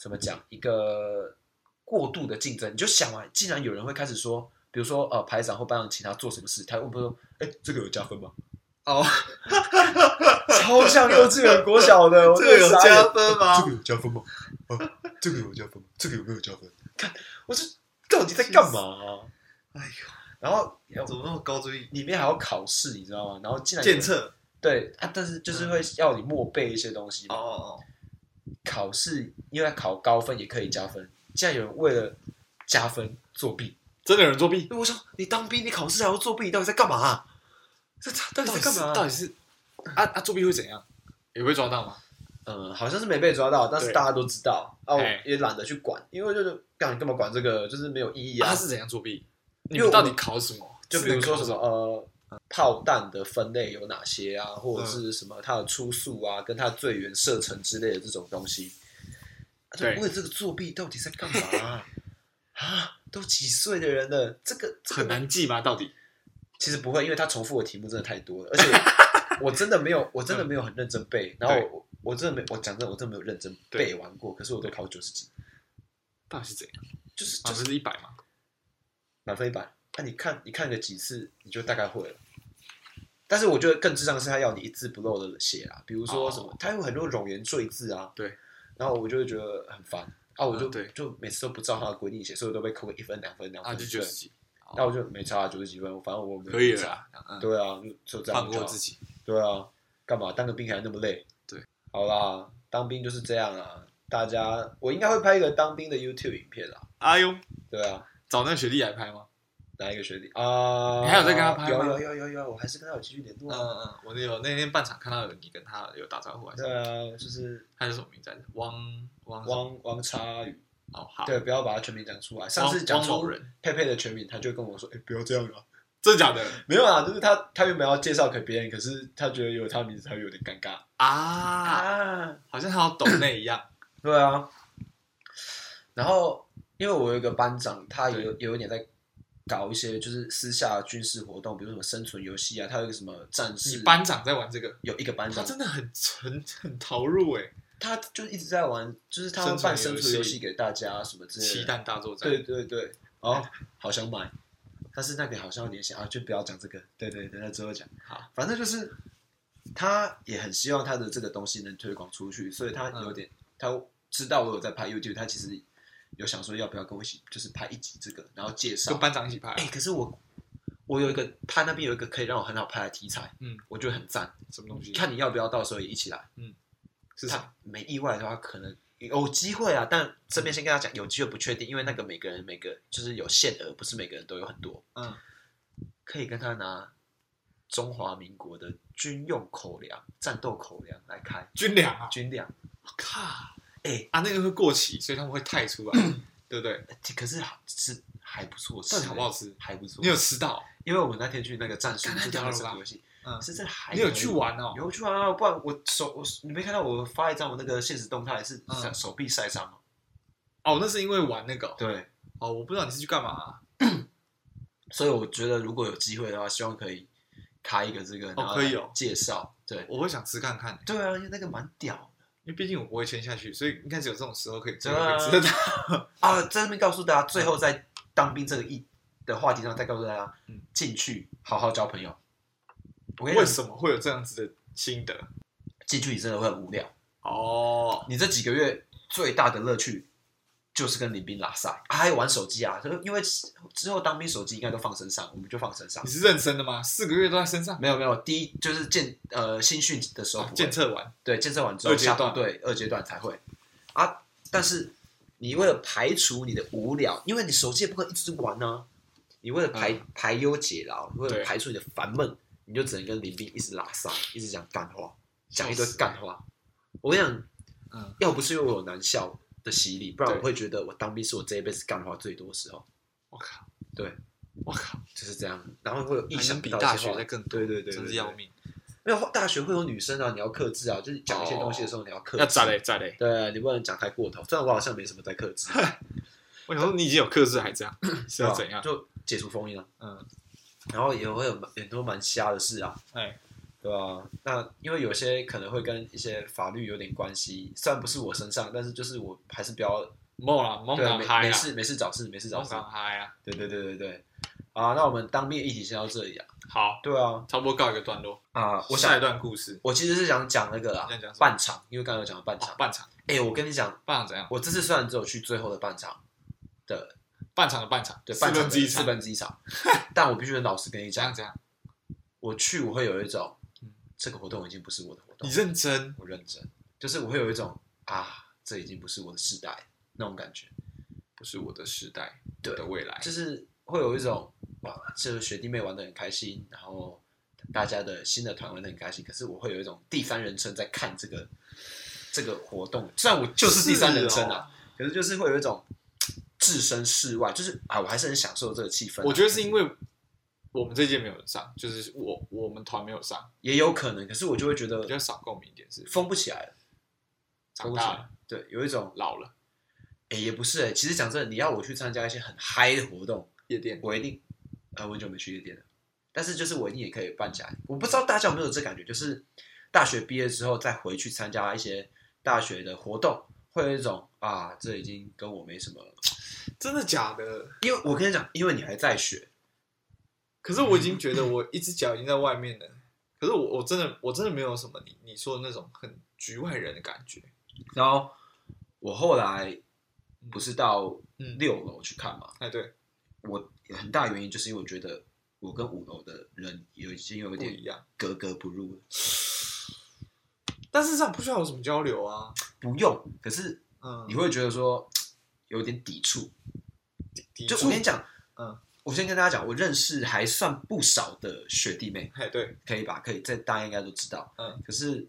A: 怎么讲一个过度的竞争。你就想嘛，既然有人会开始说，比如说呃排长或班长请他做什么事，他问不说，哎、这个有加分吗？ (laughs)
B: 哦，
A: 超像幼稚园、国小的，我
B: 这个有
A: 真的傻眼
B: 加分吗？
A: 有加分吗？啊，这个有加分吗？这个有没有加分？看，我是到底在干嘛、啊？
B: 哎
A: 然后
B: 呦，怎么那么高追？
A: 里面还要考试，你知道吗？然后竟然有
B: 检
A: 人
B: 测
A: 对啊，但是就是会要你默背一些东西嘛。
B: 哦，
A: 考试因为考高分也可以加分，竟然有人为了加分作弊。
B: 真的有人作弊？
A: 因为我想你当兵，你考试还要作弊，你到底在干嘛、啊？这到
B: 到
A: 底
B: 底
A: 在
B: 是
A: 干嘛、
B: 到底是啊啊，作弊会怎样？也会抓到吗？
A: 嗯，好像是没被抓到，但是
B: 对
A: 大家都知道啊，我
B: 哎
A: 也懒得去管，因为就是干干嘛管这个，就是没有意义
B: 啊
A: 啊
B: 他。是怎样作弊？
A: 因
B: 你
A: 为我
B: 们到底考什么？
A: 就比如说什么
B: 是
A: 呃，炮弹的分类有哪些啊，或者是什么它的出速啊，跟它的最远射程之类的这种东西。啊就
B: 对
A: 为这个作弊到底在干嘛 (laughs) 啊？啊都几岁的人了，这个
B: 能考什么
A: 这个
B: 很难记吗？到底
A: 其实不会，因为它重复的题目真的太多了，而且
B: (laughs)
A: 我真的没有，我真的没有很认真背。然后
B: 嗯对
A: 我我真的没，我讲真的，我真的没有认真
B: 对
A: 背完过。可是我都考九十几，
B: 到底是怎样？
A: 就是
B: 啊，
A: 就
B: 不
A: 是
B: 是一百吗？
A: 满分一百。那、你看你看个几次，你就大概会了。但是我觉得更智障是他要你一字不漏的写啦，比如说什么，
B: 哦
A: 他有很多冗言赘字啊。
B: 对。
A: 然后我就会觉得很烦啊，我就、
B: 嗯对
A: 就每次都不照他的规定写，所以我都被扣个一分、两分、两分。
B: 啊，就
A: 对
B: 九十几，
A: 那我就没差啊九十几分，反正我没有
B: 可以了
A: 差。
B: 啦，嗯，
A: 对啊，就就这样
B: 放
A: 就好
B: 过自己。
A: 对啊，干嘛当个兵还那么累？
B: 对，
A: 好啦，当兵就是这样啊。大家，我应该会拍一个当兵的 YouTube 影片啦。
B: 哎呦，
A: 对啊，
B: 找那个学弟来拍吗？
A: 哪一个学弟啊？
B: 你还有在跟他拍
A: 有
B: 吗
A: 有有有有，我还是跟他有继续联络
B: 嗯
A: 啊。
B: 嗯，我有那天半场看到有你跟他有打招呼，还是
A: 对啊，就是
B: 他是什么名字来着？汪汪汪
A: 汪汪叉宇，
B: 哦，好，
A: 对，不要把他全名讲出来。上
B: 汪
A: 次讲
B: 汪某
A: 出
B: 人，
A: 佩佩的全名，他就跟我说：“哎、不要这样啊。
B: 真的假的”
A: 没有啊，就是他他原本要介绍给别人，可是他觉得有他名字，他有点尴尬
B: 啊？
A: 啊。
B: 好像他要抖那
A: (coughs)
B: 一样，
A: 对啊，然后因为我有一个班长，他有也有一点在搞一些就是私下的军事活动，比如什么生存游戏啊，他有一个什么战
B: 你
A: 士
B: 班长在玩这个，
A: 有一个班
B: 他
A: 长，
B: 真的很很很投入哎，
A: 他就一直在玩，就是他会办生存游戏给大家什么之
B: 七
A: 类的。
B: 蛋大作战，
A: 对对对，哦，好想买，但是那个好像有点想啊，就不要讲这个。对对，等到之后讲。
B: 好，
A: 反正就是他也很希望他的这个东西能推广出去，所以他
B: 嗯
A: 有点、他知道我有在拍 YouTube，他其实有想说要不要跟我一起就是拍一集这个，然后介绍
B: 跟。班长一起拍
A: 哎、可是我我有一个他那边有一个可以让我很好拍的题材，
B: 嗯，
A: 我觉得很赞。
B: 什么东西？
A: 看你要不要到时候也一起来，
B: 是啥？
A: 他没意外的话可能。有机会啊，但这边先跟他讲，有机会不确定，因为那个每个人每个就是有限额，不是每个人都有很多。
B: 嗯，
A: 可以跟他拿中华民国的军用口粮、战斗口粮来开
B: 军粮啊，
A: 军粮。
B: 我靠，
A: 哎
B: 啊，那个会过期，所以他们会太出
A: (coughs)
B: 来，对不对？
A: 呃可是好吃还不错吃，
B: 到底好不好吃？
A: 还不错
B: 你。有吃到？
A: 因为我们那天去那个战术
B: 干太
A: 就打
B: 屌了
A: 这个
B: 吧
A: 游戏，
B: 嗯
A: 是这还
B: 你有去
A: 玩？
B: 玩哦？
A: 有去玩啊！不然我手我你没看到我发一张我那个现实动态是
B: 嗯
A: 手臂晒伤吗？
B: 哦，那是因为玩那个哦
A: 对，
B: 哦，我不知道你是去干嘛啊
A: 所以我觉得如果有机会的话，希望可以开一个这个，然后
B: 可以
A: 来
B: 哦
A: 介绍。对
B: 我会想吃看看，
A: 对啊，因为那个蛮屌
B: 因为毕竟我不会签下去，所以应该只有这种时候可以真
A: 对啊
B: 的可以吃得 (laughs) 到。
A: 啊，在这边告诉大家，最后在当兵这个议的话题上，再告诉大家
B: 嗯，
A: 进去好好交朋友。我跟你
B: 为
A: 讲，
B: 什么会有这样子的心得？
A: 进去你真的会很无聊。
B: 哦，
A: 你这几个月最大的乐趣就是跟林兵拉赛，啊还有玩手机啊。就是因为之后当兵手机应该都放身上，我们就放身上
B: 你。是认真的吗？四个月都在身上
A: 没有没有，第一就是建呃新训的时候
B: 啊
A: 不会，
B: 检测完
A: 对，建设完之后
B: 二阶
A: 下
B: 段
A: 部队二阶段才会。啊。但是你为了排除你的无聊，因为你手机也不可能一直玩呢、你为了排、
B: 嗯
A: 排忧解劳，为了
B: 对
A: 排除你的烦闷，你就只能跟林斌一直拉撒，一直讲干话，讲一堆
B: 笑死
A: 干话。我跟你讲，
B: 嗯，
A: 要不是因为我有男校的洗礼，不然
B: 对
A: 我会觉得我当兵是我这一辈子干话最多的时候，
B: 我靠，
A: 对，
B: 我靠，
A: 就是这样。然后会有意
B: 还
A: 想
B: 能
A: 不
B: 啊比
A: 到
B: 大
A: 一些
B: 学
A: 话
B: 再更多，
A: 对对对对
B: 真是
A: 对
B: 要命，
A: 没有大学会有女生啊，你要克制啊，就是讲一些东西的时候你要克制，
B: 哦
A: 啊
B: 要咋嘞咋嘞。
A: 对，啊你不能讲太过头。虽然我好像没什么在克
B: (laughs)
A: 制，
B: 我想说你已经有克制还 (laughs) 这样，是
A: 对吧啊
B: 要怎样？
A: 就解除封印啊。
B: 嗯，
A: 然后也会有蛮很多蛮瞎的事啊，
B: 哎，
A: 对吧、那因为有些可能会跟一些法律有点关系，虽然不是我身上，但是就是我还是不要
B: 莫啦，猛
A: 对
B: 敢
A: 没
B: 嗨
A: 没
B: 啊，
A: 事没事找事没事找
B: 猛
A: 事，
B: 敢嗨啊！
A: 对对对对对。啊，那我们当面一题先到这里啊。
B: 好，
A: 对啊，
B: 差不多告一个段落。
A: 啊，我
B: 下
A: 想
B: 一段故事，
A: 我其实是想讲那个啦
B: 你想讲，什么
A: 半场，因为刚刚有讲到半
B: 哦
A: 场。
B: 半场，
A: 哎、我跟你讲，
B: 半场怎样？
A: 我这次虽然只有去最后的半场的
B: 半场的半场，
A: 对，
B: 四
A: 半场
B: 分
A: 的
B: 之一
A: 四
B: 场，
A: 分之一场。但我必须很老实跟你
B: 怎样
A: 讲，
B: 怎样？
A: 我去我会有一种
B: 嗯，
A: 这个活动已经不是我的活动
B: 你，认真，
A: 我认真，就是我会有一种啊，这已经不是我的世代那种感觉，
B: 不是我的时代，
A: 对
B: 我的未来，
A: 就是会有一种哇，这个学弟妹玩的很开心，然后大家的新的团玩的很开心，可是我会有一种第三人称在看这个这个活动，虽然我就是第三人称啊，
B: 哦
A: 可是就是会有一种。置身事外，就是啊，我还是很享受这个气氛啊、
B: 我觉得是
A: 为
B: 因为我们这届没有上，就是我我们团没有上，
A: 也有可能，可是我就会觉得
B: 比较少共鸣一点是
A: 疯不起来了，
B: 长
A: 疯不起
B: 大
A: 来
B: 了
A: 了。对，有一种
B: 老了，
A: 哎、也不是哎、其实讲真的，你要我去参加一些很嗨的活动，
B: 夜店
A: 我一定，呃，我很久没去夜店了，但是就是我一定也可以办起来。我不知道大家有没有这感觉，就是大学毕业之后再回去参加一些大学的活动，会有一种啊，这已经跟我没什么。
B: 真的假的？
A: 因为我跟你讲，因为你还在学，
B: 可是我已经觉得我一只脚已经在外面了，可是我我真的我真的没有什么你你说的那种很局外人的感觉。
A: 然后我后来不是到
B: 嗯
A: 六楼去看嘛，
B: 哎，对，
A: 我很大原因就是因为我觉得我跟五楼的人有已经有一
B: 不
A: 点
B: 一样。
A: 格格不入了。
B: 但是这样不需要有什么交流啊。
A: 不用，可是
B: 嗯，
A: 你会觉得说有点抵触。就我跟你
B: 讲，
A: 讲，
B: 嗯，
A: 我先跟大家讲，我认识还算不少的学弟妹，
B: 哎，对，
A: 可以吧？可以，这大家应该都知道。
B: 嗯，
A: 可是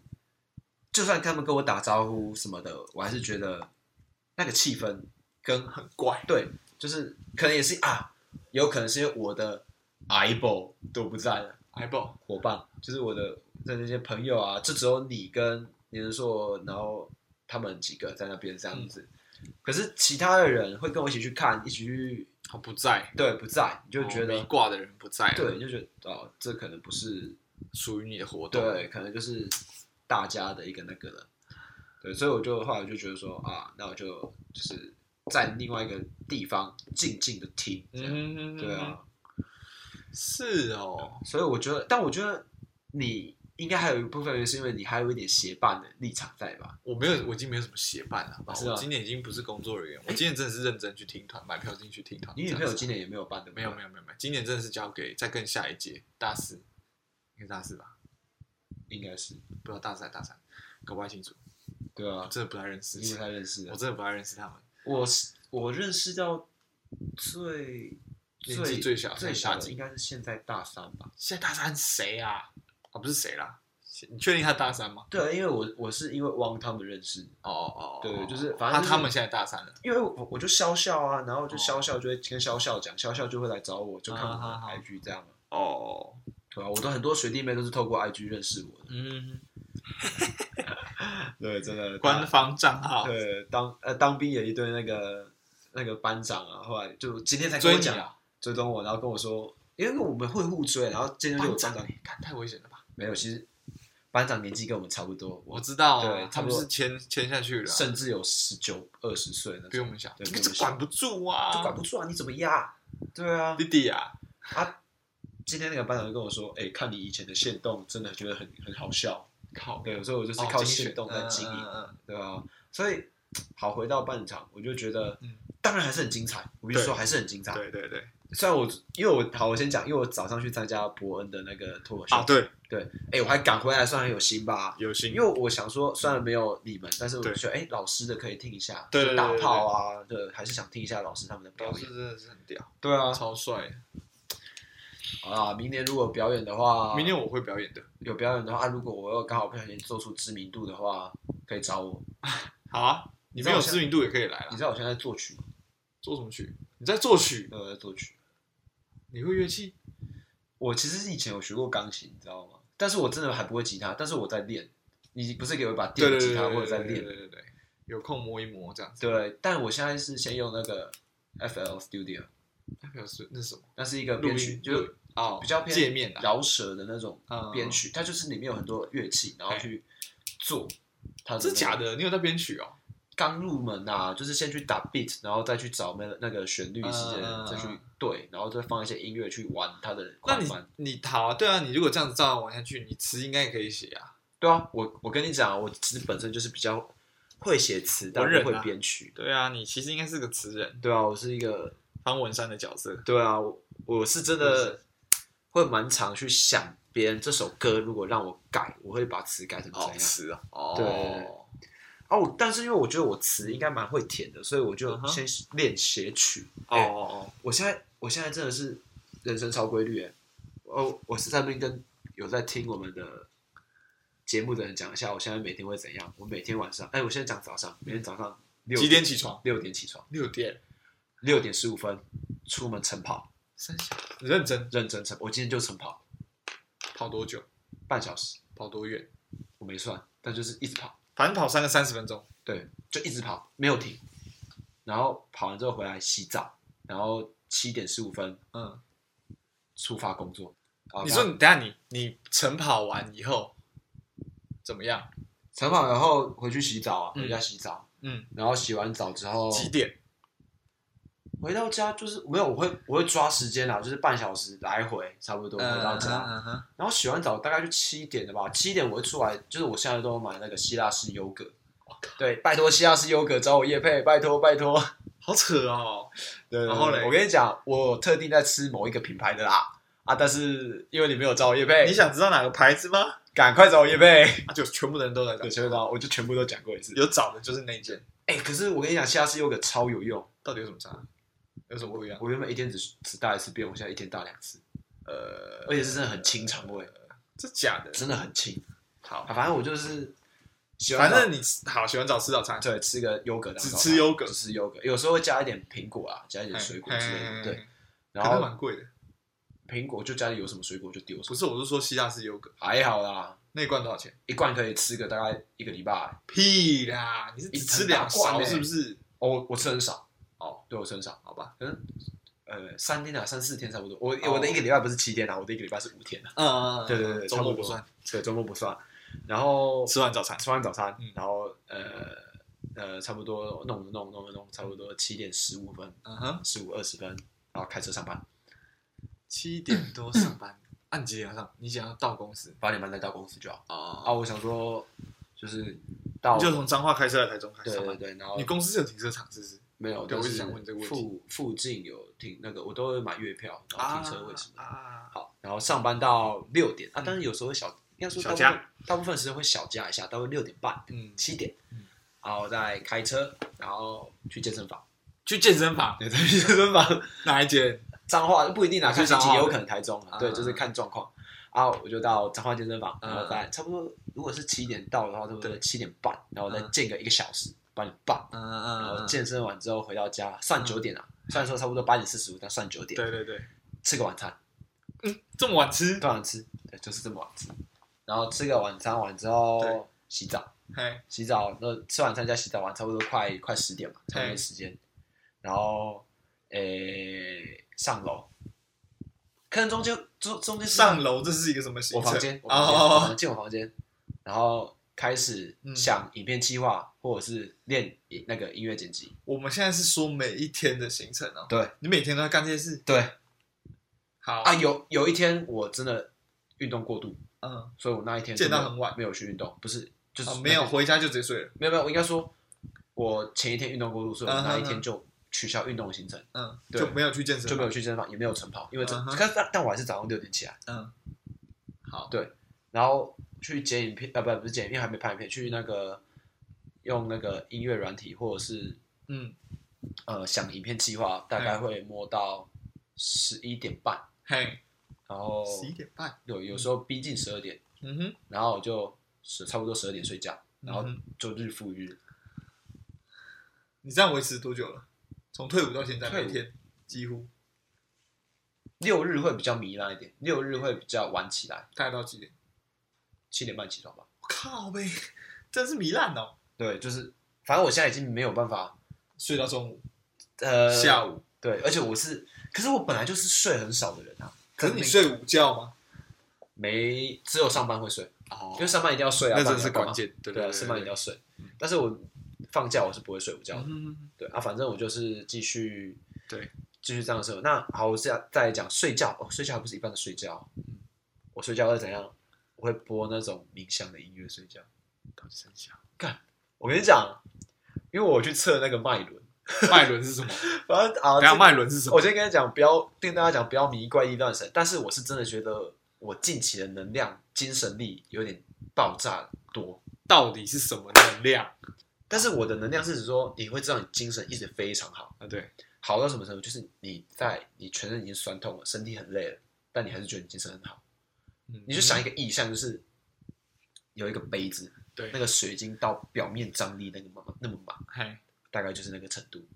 A: 就算他们跟我打招呼什么的，我还是觉得那个气氛跟
B: 很怪。
A: 对，就是可能也是啊，有可能是因为我的 eyeball 都不在了。
B: 海报
A: 伙伴，就是我的在那些朋友啊，就只有你跟年硕，然后他们几个在那边这样子。
B: 嗯
A: 可是其他的人会跟我一起去看，一起去，
B: 他不在，
A: 对，不在，你就觉得，
B: 哦没挂的人不在，
A: 对，，你就觉得哦，这可能不是，
B: 属于你的活动。
A: 对，可能就是大家的一个那个了。对，所以我就后来我就觉得说啊，那我就就是在另外一个地方静静的听，这样，
B: 嗯，
A: 对啊。，
B: 是哦，
A: 所以我觉得，但我觉得你应该还有一部分原因是因为你还有一点协办的立场在吧？
B: 我没有，我已经没有什么协办了。好不好
A: 是啊
B: 我今年已经不是工作人员，我今年真的是认真去听团，买票进去听团。
A: 你女朋友今
B: 年
A: 年也没有办的，
B: 没有没有没有没有，今年真的是交给再更下一届大四，应该是大四吧？
A: 有，应该是
B: 不知道大四还是大三，搞不太清楚，
A: 对
B: 我
A: 啊，
B: 真的不太认识
A: 你，不太认识
B: 我
A: 的。
B: 真的不太认识他们。
A: 我是我认识到最
B: 年纪最小
A: 最
B: 现在
A: 小
B: 大
A: 的
B: 几
A: 应该是现在大三吧？
B: 现在大三谁啊？啊，不是谁啦？你确定他大三吗？
A: 对啊，因为我我是因为汪他们认识，
B: 哦哦哦，
A: 对就是
B: 哦
A: 反正就是
B: 他他们现在大三了。
A: 因为我我就笑笑啊，然后就
B: 哦
A: 笑笑就会跟笑笑讲，笑笑就会来找我，就看我的
B: 啊啊啊
A: IG 这样嘛。
B: 哦，
A: 对啊，我的很多学弟妹都是透过 IG 认识
B: (laughs)
A: 我的。
B: 嗯，
A: 对，真的
B: 官方账号
A: 对，当呃当兵有一堆那个那个班长啊，后来就今天才跟
B: 追
A: 我
B: 你
A: 讲，
B: 啊，
A: 追踪我，然后跟我说，因为我们会互追，然后今天就有
B: 班
A: 班
B: 长
A: 长
B: 欸，干太危险了吧？
A: 没有，其实班长年纪跟我们差不多，
B: 我
A: 我
B: 知道
A: 对
B: 啊，他
A: 差不
B: 们
A: 多
B: 是签签下去了啊，
A: 甚至有十九二十岁那
B: 比
A: 种，
B: 我们小，
A: 对
B: 你
A: 比我
B: 这
A: 们小
B: 管不住啊，
A: 就管不住啊，你怎么压？对啊
B: 弟，弟啊，
A: 啊，今天那个班长就跟我说，哎、看你以前的线动，真的觉得很很好笑，
B: 靠，
A: 对，所以我就是
B: 哦
A: 靠
B: 精
A: 线
B: 选
A: 动在
B: 嗯
A: 经营，
B: 嗯嗯
A: 对啊，所以好回到半场，我就觉得，
B: 嗯
A: 当然还是很精彩，我就
B: 对
A: 说还是很精彩
B: 嗯，对对对，
A: 虽然我因为我好，我先讲，因为我早上去参加伯恩的那个脱口秀
B: 啊，，对，
A: 哎、我还赶回来，算很有心吧。
B: 有心
A: 因为我想说，虽然没有你们，但是我
B: 对
A: 觉得，哎、老师的可以听一下，
B: 对
A: 就
B: 对
A: 打
B: 对对
A: 炮啊，对，还是想听一下老师他们的表
B: 老师
A: 演。
B: 真的是很屌，
A: 对啊，
B: 超帅的。
A: 好啦，明年如果表演的话，
B: 明天我会表演的，
A: 有表演的话，啊如果我又刚好不小心做出知名度的话，可以找我。
B: 好啊，你没有知名度也可以来
A: 你
B: 啦。
A: 知道我现在在作曲吗，
B: 做什么曲？你在作曲？
A: 对，我在作曲。
B: 你会乐器？
A: 我其实是以前有学过钢琴，你知道吗？但是我真的还不会吉他，但是我在练。你不是给我一把电
B: 对对对
A: 吉他，
B: 对
A: 我有
B: 对
A: 在
B: 对对
A: 练。
B: 对对，有空摸一摸这样子。
A: 对，但我现在是先用那个 FL Studio，
B: 那表示那是什么？
A: 那是一个
B: 录
A: 编曲，
B: 音
A: 就是
B: 哦，
A: 比较偏
B: 界面啊，
A: 饶舌的那种
B: 嗯
A: 编曲，它就是里面有很多乐器，然后去做它的。
B: 真假？的？你有在编曲哦？
A: 刚入门啊，就是先去打 beat，然后再去找那那个旋律之类的，
B: 嗯
A: 再去
B: 嗯
A: 对，然后再放一些音乐去玩它的
B: 那
A: 快
B: 你
A: 慢。
B: 你好啊，对啊，你如果这样子照样玩下去，你词应该也可以写啊。
A: 对啊，我我跟你讲，我其实本身就是比较会写词，但
B: 文
A: 是
B: 人啊
A: 会编曲。
B: 对啊，你其实应该是个词人，
A: 对啊，我是一个
B: 方文山的角色。
A: 对啊，我我是真
B: 我
A: 的会蛮常去想别人这首歌，如果让我改，我会把词改成怎
B: 哦，
A: 样。
B: 词啊，哦，
A: 对哦，但是因为我觉得我词应该蛮会填的，所以我就
B: 嗯哼
A: 先练写曲。
B: 哦
A: 哎
B: 哦
A: 我现在我现在真的是人生超规律哎！哦，我是在那边跟有在听我们的节目的人讲一下，我现在每天会怎样？我每天晚上，哎，我现在讲早上，每天早上
B: 哦，
A: 六
B: 几点起床？
A: 六点起床，
B: 六点。
A: 六点十五分出门晨跑，
B: 三小，你认真
A: 认真晨。我今天就晨跑
B: 跑多久？
A: 半小时，
B: 跑多远？
A: 我没算，但就是一直跑，
B: 反正跑三个三十分钟。
A: 对，就一直跑，没有停。然后跑完之后回来洗澡，然后七点十五分
B: 嗯，
A: 出发工作。啊
B: 你说你等一下你你晨跑完以后怎么样？
A: 晨跑，然后回去洗澡啊，
B: 嗯
A: 回家洗澡，
B: 嗯，
A: 然后洗完澡之后
B: 几点？
A: 回到家就是没有，我会我会抓时间啦，就是半小时来回差不多回到家，
B: 嗯哼
A: 然后洗完澡大概就七点了吧，七点我会出来，就是我现在都有买那个希腊式优格，对，拜托希腊式优格找我叶配，拜托拜托。
B: 好扯哦。
A: 对，
B: 然后嘞
A: 我跟你讲，我特地在吃某一个品牌的啦，啊，但是因为你没有找我叶
B: 你
A: 配，
B: 想知道哪个牌子吗？
A: 哎赶快找我叶配，
B: 啊，就全部的人都在
A: 对，
B: 讲，
A: 全部找，我就全部都讲过一次。
B: 有找的就是那一件，
A: 哎、可是我跟你讲，希腊式优格超有用。
B: 到底有什么差？有什么不一样？
A: 我原本一天只只大一次便，我现在一天大两次，
B: 呃，
A: 而且是真的很清肠胃，
B: 这假的。
A: 真的很清。
B: 好
A: 啊，，反正我就是喜欢
B: 反
A: 早，
B: 正你好喜欢早吃早餐，
A: 对吃个优格当
B: 只
A: 早餐，
B: 吃优格
A: 只吃优格，有时候会加一点苹果啊，加一点水果之类
B: 嘿
A: 的。，对，
B: 嘿可
A: 然
B: 能
A: 后
B: 蛮贵的。
A: 苹果就家里有什么水果就丢什
B: 不
A: 么，
B: 是，我是说希腊式优格
A: 还好啦，
B: 那一罐多少钱？
A: 一罐可以吃个大概一个礼拜。
B: 屁啦，你是只吃两
A: 一整大
B: 勺
A: 罐欸
B: 是不是？
A: 哦，我我吃很少，
B: 哦，
A: 对我吃很少，
B: 好吧，
A: 呃，三天啊，三四天差不多。我
B: 哦
A: 我的一个礼拜不是七天啊，我的一个礼拜是五天啊，
B: 嗯
A: 对对对
B: 周
A: 差不
B: 末
A: 多
B: 不算。
A: 对，周末不算。然后
B: 吃完早餐，
A: 吃完早餐
B: 嗯，
A: 然后呃呃，差不多弄着弄着弄着弄着，差不多七点十五分、
B: 嗯哼，
A: 十五二十分，然后开车上班，
B: 七点多上班，按几点要上？你想要到公
A: (coughs)
B: 司
A: 八点半再到公司就好。啊，
B: 哦，
A: 我想说就是到
B: 你啊就从彰化开车来台中开
A: 对
B: 上
A: 对
B: 班。
A: 对，哦然后
B: 你公司是有停车场是不是？
A: 没有，
B: 对我一
A: 但
B: 直
A: 是
B: 想问这个问题
A: 附附近有停那个，我都会买月票，然后
B: 啊
A: 停车位什么的。
B: 啊？
A: 好，然后上班到六点啊，当然有时候会小，应该说大部分
B: 小加
A: 大部分时间会小加一下，大概六点半
B: 嗯，
A: 七点
B: 嗯，
A: 然后再开车，然后去健身房， (laughs)
B: 去健身房
A: 对，再去健身房。
B: 哪一间？
A: 彰化不一定啊，
B: 是
A: 看心
B: 彰
A: 情
B: 化
A: 也有
B: 的
A: 可能台中啊，
B: 啊
A: 对，就是看状况。啊，我就到彰化健身房，
B: 嗯
A: 然后再差不多，如果是七点到的话，差不多
B: 对
A: 七点半，然后我再健个一个小时，八点半，
B: 嗯
A: 然
B: 嗯
A: 后健身完之后回到家，算九点啊，虽然说差不多八点四十五，但算九点，
B: 对对对，
A: 吃个晚餐，
B: 这么晚吃，
A: 多晚吃，对，就是这么晚吃，然后吃个晚餐完之后
B: 对
A: 洗澡，
B: 嘿，
A: 洗澡，那吃晚餐加洗澡完，差不多快快十点嘛，差不多
B: 嘿
A: 时间。然后，诶，上楼，可能中间中中间是
B: 上楼这是一个什么行
A: 我
B: 程？
A: 房间，我房间，我
B: 哦，
A: 房间，我房间，然后开始
B: 嗯
A: 想影片计划，或者是练影那个音乐剪辑。
B: 我们现在是说每一天的行程哦。
A: 对
B: 你每天都在干这些事。
A: 对
B: 好
A: 啊，，有有一天我真的运动过度，
B: 嗯，
A: 所以我那一天
B: 健到
A: 真的
B: 很晚
A: 没有去运动，不是就是
B: 啊
A: 那
B: 没有
A: 天
B: 回家就直接睡了。
A: 没有没有，我应该说，我前一天运动过度，所以我
B: 嗯哼
A: 那一天
B: 哼
A: 就取消运动行程，
B: 嗯，
A: 对
B: 就没有去健身，
A: 就没有，去健身房，也没有晨跑，因为这
B: 嗯哼
A: 可是但但我还是早上六点起来，呃
B: 嗯，好，
A: 对然后去剪影片，啊，不不是剪影片，还没拍影片，去那个用那个音乐软体或者是
B: 嗯，
A: 呃想影片计划，大概会摸到十一点半，
B: 嘿，
A: 然后
B: 十一点半，
A: 有有时候逼近十二点，
B: 嗯哼，
A: 然后我就十差不多十二点睡觉，然后
B: 嗯哼
A: 就日复一日。
B: 你这样维持多久了？从退伍到现在，
A: 退伍
B: 每天几乎
A: 六日会比较糜烂一点，六日会比较晚起来，
B: 大概到几点？
A: 七点半起床吧。
B: 我靠呗，真是糜烂哦，
A: 对，就是反正我现在已经没有办法，
B: 睡到中午、
A: 呃，
B: 下
A: 午
B: 午，
A: 对，而且我是，可是我本来就是睡很少的人啊。
B: 可是你
A: 那个
B: 睡午觉吗？
A: 没只有上班会睡，
B: 哦
A: 因为上班一定要睡啊，
B: 那
A: 不然
B: 真
A: 你
B: 是
A: 要干嘛
B: 关。键，对
A: 对啊，上
B: 是
A: 班一定要睡，但是我放假我是不会睡午觉的。
B: 嗯，
A: 对啊，反正我就是继续
B: 对
A: 继续这样的生活。那好，我是要再来讲睡觉哦，睡觉还不是一般的睡觉哦，我睡觉会怎样？我会播那种冥想的音乐睡觉。
B: 到底剩下
A: 我跟你讲，因为我去测那个脉轮，
B: 脉轮是 (laughs) 什么？
A: 反正啊，
B: 等一下
A: 这
B: 脉轮是什
A: (laughs)
B: 么？
A: 我先跟你讲，不要跟大家讲不要迷怪异乱神，但是我是真的觉得我近期的能量、精神力有点爆炸多。
B: 到底是什么能量
A: 但是我的能量是指说，你会知道你精神一直非常好，
B: 啊？对，
A: 好到什么程度？就是你在你全身已经酸痛了，身体很累了，但你还是觉得你精神很好。你就想一
B: 个
A: 个意象，就是有一个杯子，
B: 对
A: 那个水晶到表面张力那个嘛那么满，
B: 嘿，
A: 大概就是那个程度。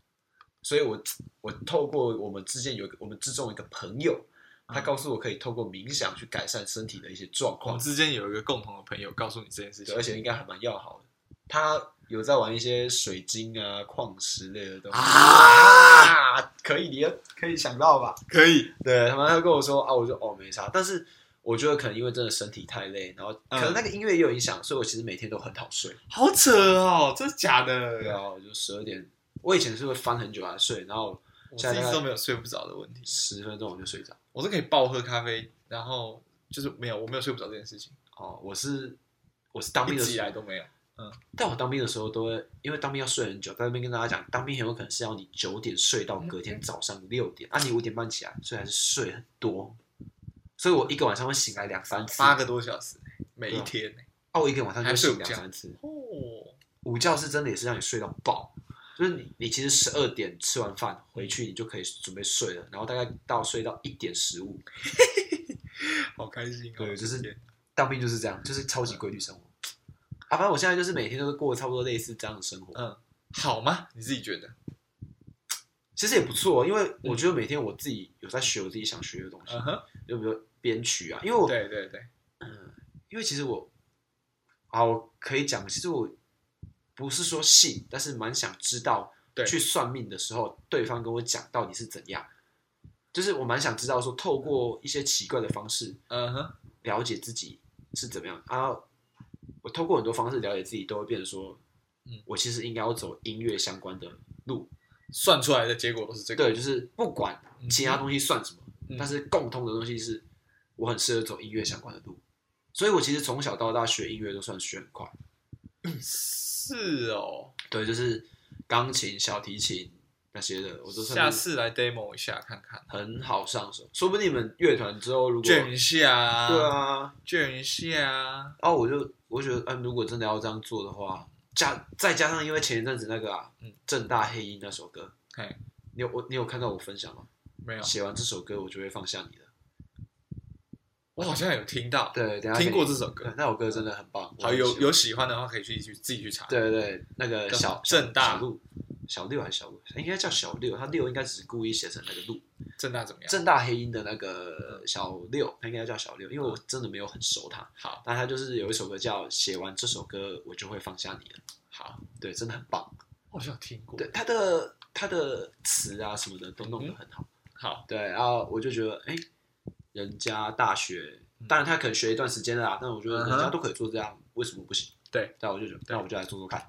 A: 所以我我透过我们之间有一个我们之中有一个朋友，他
B: 嗯
A: 告诉我可以透过冥想去改善身体的一些状
B: 我
A: 况
B: 们，之间有一个共同的朋友告诉你这件事
A: 对
B: 情，
A: 而且应该还蛮要好的。他有在玩一些水晶啊、矿石类的东西
B: 啊
A: 啊可以，你可以想到吧？
B: 可以，
A: 对，他们他跟我说啊，我就哦没啥，但是我觉得可能因为真的身体太累，然后
B: 嗯
A: 可能那个音乐也有影响，所以我其实每天都很好睡。
B: 好扯哦，真的假的？
A: 对啊，我就十二点，我以前是会翻很久才睡，然后
B: 我
A: 现在
B: 是一
A: 大
B: 直都
A: 概
B: 没有睡不着的问题，
A: 十分钟我就睡着。
B: 我是可以暴喝咖啡，然后就是没有，我没有睡不着这件事情，
A: 哦，我是我是当兵
B: 一
A: 的
B: 直以
A: 时候，
B: 来都没有。
A: 但我当兵的时候都会，因为当兵要睡很久，在那边跟大家讲，当兵很有可能是要你九点睡到隔天早上六点，啊，你五点半起来，所以还是睡很多，所以我一个晚上会醒来两三次，
B: 八
A: 啊，
B: 个多小时，每一天、
A: 我一个晚上就
B: 还
A: 会
B: 睡
A: 醒
B: 午
A: 两
B: 觉
A: 三次。
B: 哦，
A: 午觉是真的也是让你睡到爆，就是你你其实十二点吃完饭回去，你就可以准备睡了，然后大概到睡到一点十五。
B: 好开心哦！
A: 对就是
B: 今天
A: 当兵就是这样，就是超级规律生活。啊，反正我现在就是每天都过差不多类似这样的生活，
B: 嗯，好吗？你自己觉得？
A: 其实也不错，哦因为我觉得每天我自己有在学我自己想学的东西，
B: 嗯哼，
A: 就比如说编曲啊，因为我
B: 对对对，
A: 因为其实我，啊，我可以讲，其实我不是说信，但是蛮想知道，
B: 对
A: 去算命的时候，对方跟我讲到底是怎样，就是我蛮想知道说，透过一些奇怪的方式
B: 嗯哼，
A: 了解自己是怎么样啊。我透过很多方式了解自己，都会变成说，
B: 嗯
A: 我其实应该要走音乐相关的路，
B: 算出来的结果都是这个。
A: 对，就是不管其他东西算什么，
B: 嗯
A: 但是共通的东西是，我很适合走音乐相关的路，所以我其实从小到大学音乐都算学很快，
B: 是哦，
A: 对，就是钢琴、小提琴那些的，我都
B: 下
A: 算是
B: 次来 demo 一下看看，
A: 很好上手。说不定你们乐团之后如果
B: 卷一下啊，
A: 对，啊，
B: 卷一下啊，
A: 然后我就我觉得，嗯，如果真的要这样做的话，加再加上因为前一阵子那个啊
B: 嗯，
A: 正大黑鹰那首歌，
B: 嘿，
A: 你有我你有看到我分享吗？
B: 没有，
A: 写完这首歌，我就会放下你了。
B: 我好像有听到，
A: 对，等一下
B: 听过
A: 给
B: 这
A: 你
B: 首歌
A: 对，那首歌真的很棒。我
B: 好
A: 很喜
B: 有
A: 欢
B: 有喜欢的话可以去去自己去查。，
A: 对对对，那个
B: 叫什
A: 小
B: 么正大
A: 小鹿，小六还是小鹿，应该叫小六，他六应该只是故意写成那个鹿。
B: 正大怎么样？
A: 正大黑鹰的那个小六，他应该叫小六，因为我
B: 嗯
A: 真的没有很熟他，
B: 好
A: 但他就是有一首歌叫《写完这首歌我就会放下你了》，
B: 好，
A: 对，真的很棒。
B: 我好像有听过
A: 对，，他的他的词啊什么的都弄得很好。
B: 嗯好，
A: 对，然后我就觉得，哎、人家大学，当然他可能学一段时间了啦，但我觉得人家
B: 嗯哼
A: 都可以做这样，为什么不行？
B: 对，
A: 那我就觉得，那我就来做做看。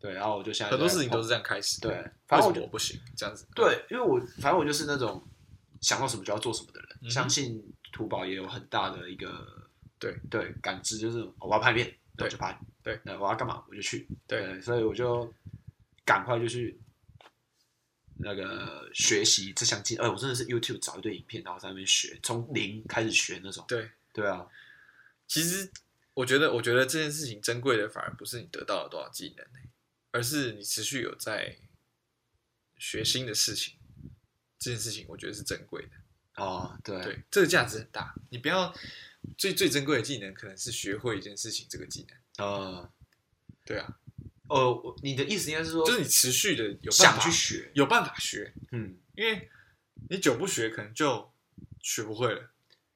A: 对，然后我就现在
B: 很多事情都
A: 是
B: 是这样开始。
A: 对
B: 嗯为什么，
A: 反正我就
B: 我不行这样子。
A: 对，因为我反正我就是那种想到什么就要做什么的人，
B: 嗯哼
A: 相信土宝也有很大的一个
B: 对
A: 对感知，就是哦我要拍片，那我就拍，
B: 对，
A: 那我要干嘛我就去，
B: 对
A: 所以我就赶快就去那个学习这项技，哎，我真的是 YouTube 找一堆影片，然后在那边学，从零开始学那种。
B: 对，
A: 对啊，
B: 其实我觉得，我觉得这件事情珍贵的反而不是你得到了多少技能、欸而是你持续有在学新的事情。这件事情我觉得是珍贵的，
A: 哦，对，
B: 对，这个价值很大。你不要最最珍贵的技能可能是学会一件事情，这个技能，
A: 呃，
B: 对啊，
A: 哦，我你的意思应该是说，
B: 就是你持续的有办
A: 想
B: 法
A: 去学，
B: 有办法学，
A: 嗯，
B: 因为你久不学可能就学不会了。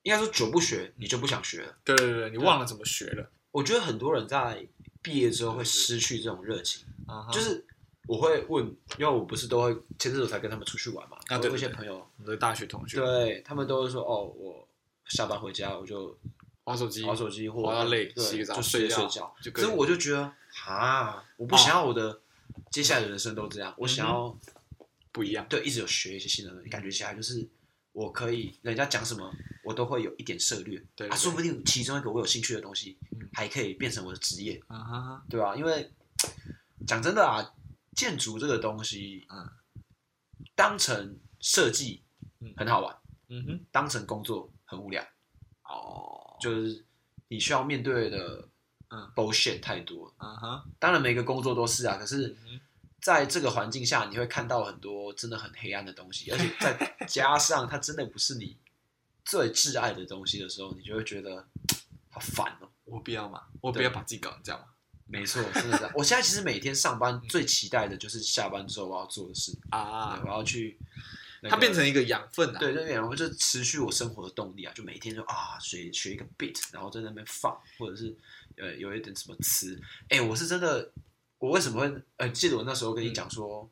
A: 应该说久不学你就不想学了。
B: 对对对，你忘了怎么学了，
A: 我觉得很多人在毕业之后会失去这种热情。
B: 啊
A: 就
B: 就是
A: 是我会问，因为我不是都会前阵子才跟他们出去玩嘛，
B: 啊
A: 我
B: 对
A: 有一些
B: 对对
A: 朋友，
B: 我们的大学同学
A: 对啊他们都会说哦，我下班回家我就
B: 玩手机，
A: 玩手机或
B: 玩到累
A: 对
B: 洗个澡
A: 就睡
B: 睡觉
A: 觉。
B: 就
A: 可
B: 可以哦
A: 是我就觉得啊，我不想要我的接下来的人生都这样，我
B: 嗯
A: 想要
B: 不一样。
A: 对一直有学一些新的东西，感觉起来就是。我可以，人家讲什么，我都会有一点涉略。
B: 对对
A: 啊，
B: 对
A: 说不定其中一个我有兴趣的东西
B: 嗯，
A: 还可以变成我的职业。
B: 啊哈哈，
A: 对啊，因为讲真的啊，建筑这个东西，
B: 嗯，
A: 当成设计
B: 嗯
A: 很好玩，
B: 嗯哼，
A: 当成工作很无聊，
B: 哦，
A: 就是你需要面对的
B: 嗯
A: bullshit 太多。
B: 啊哈，
A: 当然每个工作都是啊，可是
B: 嗯哼
A: 在这个环境下，你会看到很多真的很黑暗的东西，而且再加上它真的不是你最挚爱的东西的时候，你就会觉得好烦哦。
B: 我不要嘛，我不
A: 对
B: 要把自己搞成这样嘛。
A: 没错，真的是这样。啊我现在其实每天上班
B: 嗯
A: 最期待的就是下班之后我要做的事情。
B: 啊
A: 对，我要去、那个嗯
B: 它变成一个养分啊。
A: 对对对，我就持续我生活的动力啊，就每天就啊学学一个 beat，然后在那边放，或者是呃有一点什么词，哎，我是真的，我为什么会呃记得我那时候跟你讲说、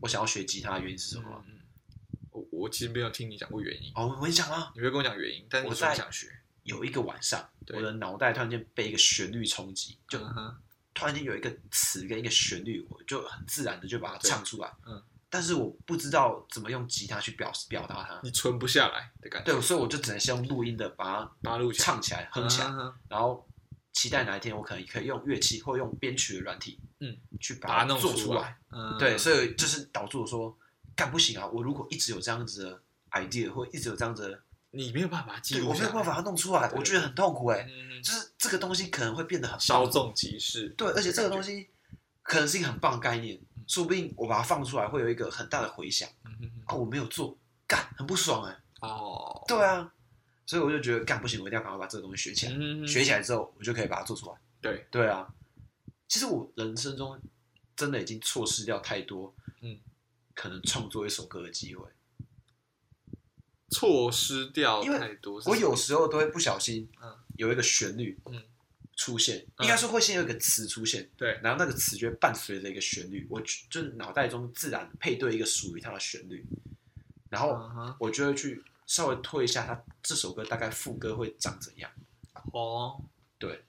A: 我想要学吉他的原因是什么吗
B: 嗯，？嗯我我其实没有听你讲过原因，
A: 哦，我跟你讲啊，
B: 你会跟我讲原因，但是
A: 我
B: 你说你
A: 在
B: 想学，
A: 有一个晚上，
B: 对
A: 我的脑袋突然间被一个旋律冲击，就
B: 嗯哼
A: 突然间有一个词跟一个旋律，我就很自然的就把它
B: 对
A: 唱出来，
B: 嗯，
A: 但是我不知道怎么用吉他去表表达它。
B: 你存不下来的感觉，
A: 对，所以我就只能先用录音的把它
B: 八路啊
A: 唱起来、哼起来，
B: 来，
A: 然后期待哪一天我可能可以用乐器或用编曲的软体，
B: 嗯，
A: 去
B: 把它
A: 把
B: 弄
A: 做
B: 出
A: 来。。
B: 嗯，
A: 对，所以就是导致我说，干不行啊！我如果一直有这样子的 idea，或一直有这样子的，
B: 你没有办法把它记
A: 对
B: 录
A: 我没
B: 下
A: 有
B: 来
A: 办法把它弄出来，
B: 对
A: 我觉得很痛苦哎、
B: 嗯嗯嗯
A: 就是这个东西可能会变得很
B: 稍
A: 棒，
B: 纵即逝。
A: 对，而且这个东西可能是一个很棒的概念，说不定我把它放出来会有一个很大的回响
B: 嗯嗯嗯
A: 啊！我没有做，干很不爽哎、
B: 哦，
A: 对啊，所以我就觉得干不行，我一定要赶快把这个东西学起来。
B: 嗯，嗯
A: 学起来之后，我就可以把它做出来。
B: 对，
A: 对啊，其实我人生中真的已经错失掉太多，
B: 嗯，
A: 可能创作一首歌的机会。
B: 错失掉
A: 因为
B: 太多。
A: 我有时候都会不小心，
B: 嗯，
A: 有一个旋律，
B: 嗯，
A: 出现，
B: 嗯
A: 应该说会先有一个词出现，
B: 对
A: 然后那个词就会伴随着一个旋律，我就就是脑袋中自然配对一个属于它的旋律，然后
B: 嗯哼
A: 我就会去稍微推一下它这首歌大概副歌会长怎样，
B: 哦，
A: 对，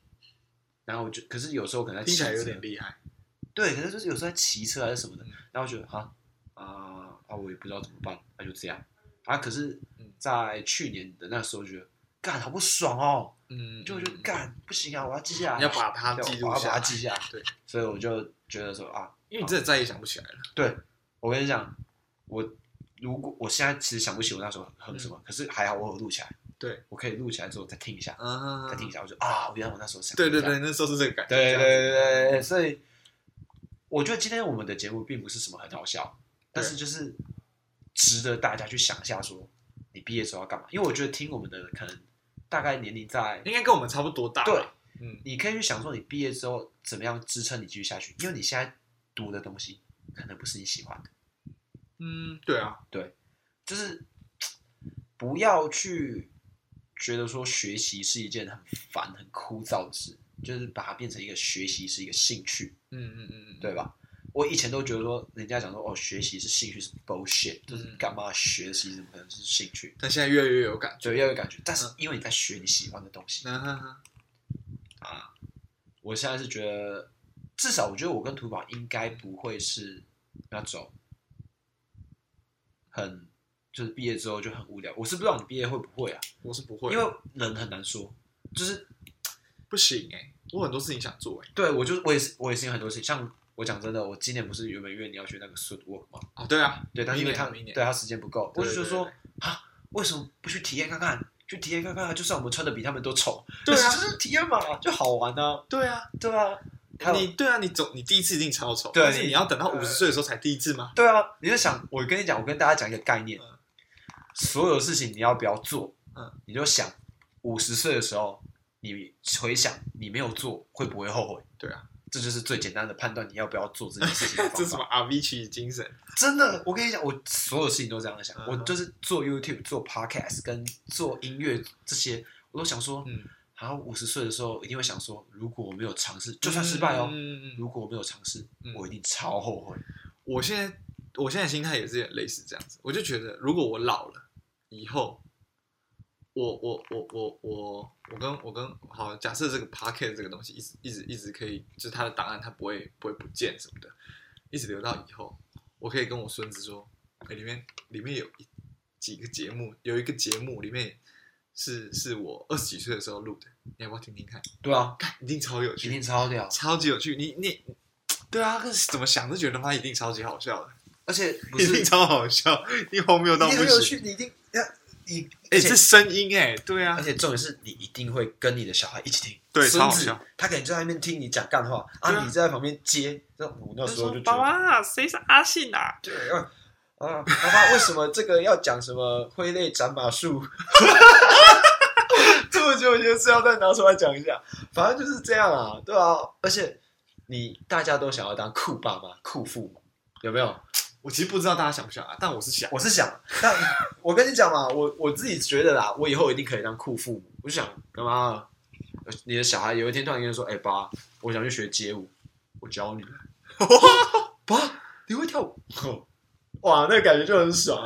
A: 然后我就可是有时候可能在
B: 听起来
A: 骑
B: 有
A: 车
B: 点厉害。
A: 对，可能就是有时候在骑车还是什么的
B: 嗯，
A: 然后觉得啊啊啊，我也不知道怎么办，那就这样啊。可是
B: 嗯，
A: 在去年的那时候，觉得干好不爽哦，
B: 嗯，
A: 就我觉得
B: 嗯，
A: 干不行啊，我要记下来，
B: 你要把它
A: 对
B: 记录
A: 我要
B: 下
A: 把它
B: 来
A: 记下来。
B: 对，
A: 所以我就觉得说啊，
B: 因为你真的再也想不起来了。
A: 对我跟你讲，我如果我现在其实想不起我那时候哼什么，可是还好我有录起来，
B: 嗯对，
A: 我可以录起来之后再听一下，
B: 嗯
A: 再听一下，我就啊，原来我那时候想
B: 对对
A: 这样
B: 对，那时候是这个感觉。
A: 对
B: 这样子
A: 对对对，所以我觉得今天我们的节目并不是什么很好笑，但是就是值得大家去想一下，说你毕业之后要干嘛？因为我觉得听我们的可能大概年龄在，
B: 应该跟我们差不多大。
A: 对，
B: 嗯，
A: 你可以去想说你毕业之后怎么样支撑你继续下去，因为你现在读的东西可能不是你喜欢的，
B: 嗯，对啊，
A: 就是不要去觉得说学习是一件很烦、很枯燥的事，就是把它变成一个学习是一个兴趣。
B: 嗯嗯嗯嗯，
A: 对吧？我以前都觉得说，人家讲说哦，学习是兴趣是 bullshit，就是干嘛学习怎么可能是兴趣？
B: 但现在越来越有感觉。
A: 所以要有感觉，但是因为你在学你喜欢的东西，
B: 嗯哼哼
A: 我现在是觉得，至少我觉得我跟土宝应该不会是那种很就是毕业之后就很无聊。我是不知道你毕业会不会啊，
B: 我是不会，
A: 因为人很难说，就是
B: 不行哎，我很多事情想做哎。
A: 对我就是我也是我也是有很多事情，像我讲真的，我今年不是原本约你要去那个 s u i t work 吗？
B: 哦，对啊，
A: 对，但是因为
B: 明年
A: 他
B: 明年
A: 对他时间不够，我就
B: 对
A: 觉得
B: 对
A: 说
B: 对
A: 啊，为什么不去体验看看？去体验看看啊，就算我们穿的比他们都丑，
B: 对啊
A: 但是 (laughs) 就是体验嘛，就好玩啊，
B: 对啊，
A: 对啊，还有
B: 你对啊，你总你第一次一定超丑，
A: 对
B: 但是
A: 你呃
B: 你要等到
A: 对
B: 五十岁的时候才第一次
A: (laughs)
B: 吗？
A: 对啊，你在想，我跟你讲，我跟大家讲一个概念
B: 嗯，
A: 所有事情你要不要做，
B: 嗯，
A: 你就想五十岁的时候，你回想你没有做会不会后悔？
B: 对啊，
A: 这就是最简单的判断你要不要做这件事情的
B: (laughs) 这
A: 方
B: 是什
A: 法。
B: 么 RVC 精神？
A: 真的，我跟你讲，我所有事情都这样想，
B: 嗯
A: 我就是做 YouTube、做 Podcast 跟做音乐这些，我都想说，
B: 嗯，
A: 好，五十岁的时候一定会想说，如果我没有尝试，就算失败哦，
B: 嗯
A: 如果我没有尝试，
B: 嗯
A: 我一定超后悔。
B: 我现在我现在心态也是有点类似这样子，我就觉得如果我老了以后，我我我我我我跟我跟好假设这个 pocket 这个东西一直一直一直可以，就是它的档案它不会不会不见什么的，一直留到以后，我可以跟我孙子说，哎、里面里面有一几个节目，有一个节目里面是是我二十几岁的时候录的，你要不要听听看？
A: 对啊，
B: 看一定超有
A: 一
B: 趣，
A: 定超屌。
B: 超级有趣，你你。对啊，怎么想都觉得他一定超级好笑的。
A: 而且不
B: 一
A: 是
B: 定 (laughs) 超好笑，一定荒谬到
A: 你
B: 不
A: 很有
B: 行。
A: 趣，你一定要你
B: 哎、
A: 而且
B: 这声音哎、对啊
A: 而，且重点是你一定会跟你的小孩一起听，
B: 对超
A: 孙
B: 好
A: 子
B: 笑
A: 他可能就在那边听你讲干话
B: 对
A: 啊，你
B: 啊
A: 就在旁边接。那我那时候就觉得，
B: 爸，谁是阿信啊？
A: 对啊，啊，爸爸为什么这个要讲什么挥泪斩马谡？ (laughs) 这么久以前是要再拿出来讲一下，反正就是这样啊，对啊，而且你大家都想要当酷爸妈、酷父母，有没有？
B: 我其实不知道大家想不想啊，但我是想，
A: 我是想， (laughs) 但我跟你讲嘛，我我自己觉得啦，我以后一定可以当酷父母。我就想，干嘛？呃你的小孩有一天突然跟你说：“哎、爸，我想去学街舞，我教你。” (laughs) 爸，你会跳舞？ (laughs) 哇，那感觉就很爽。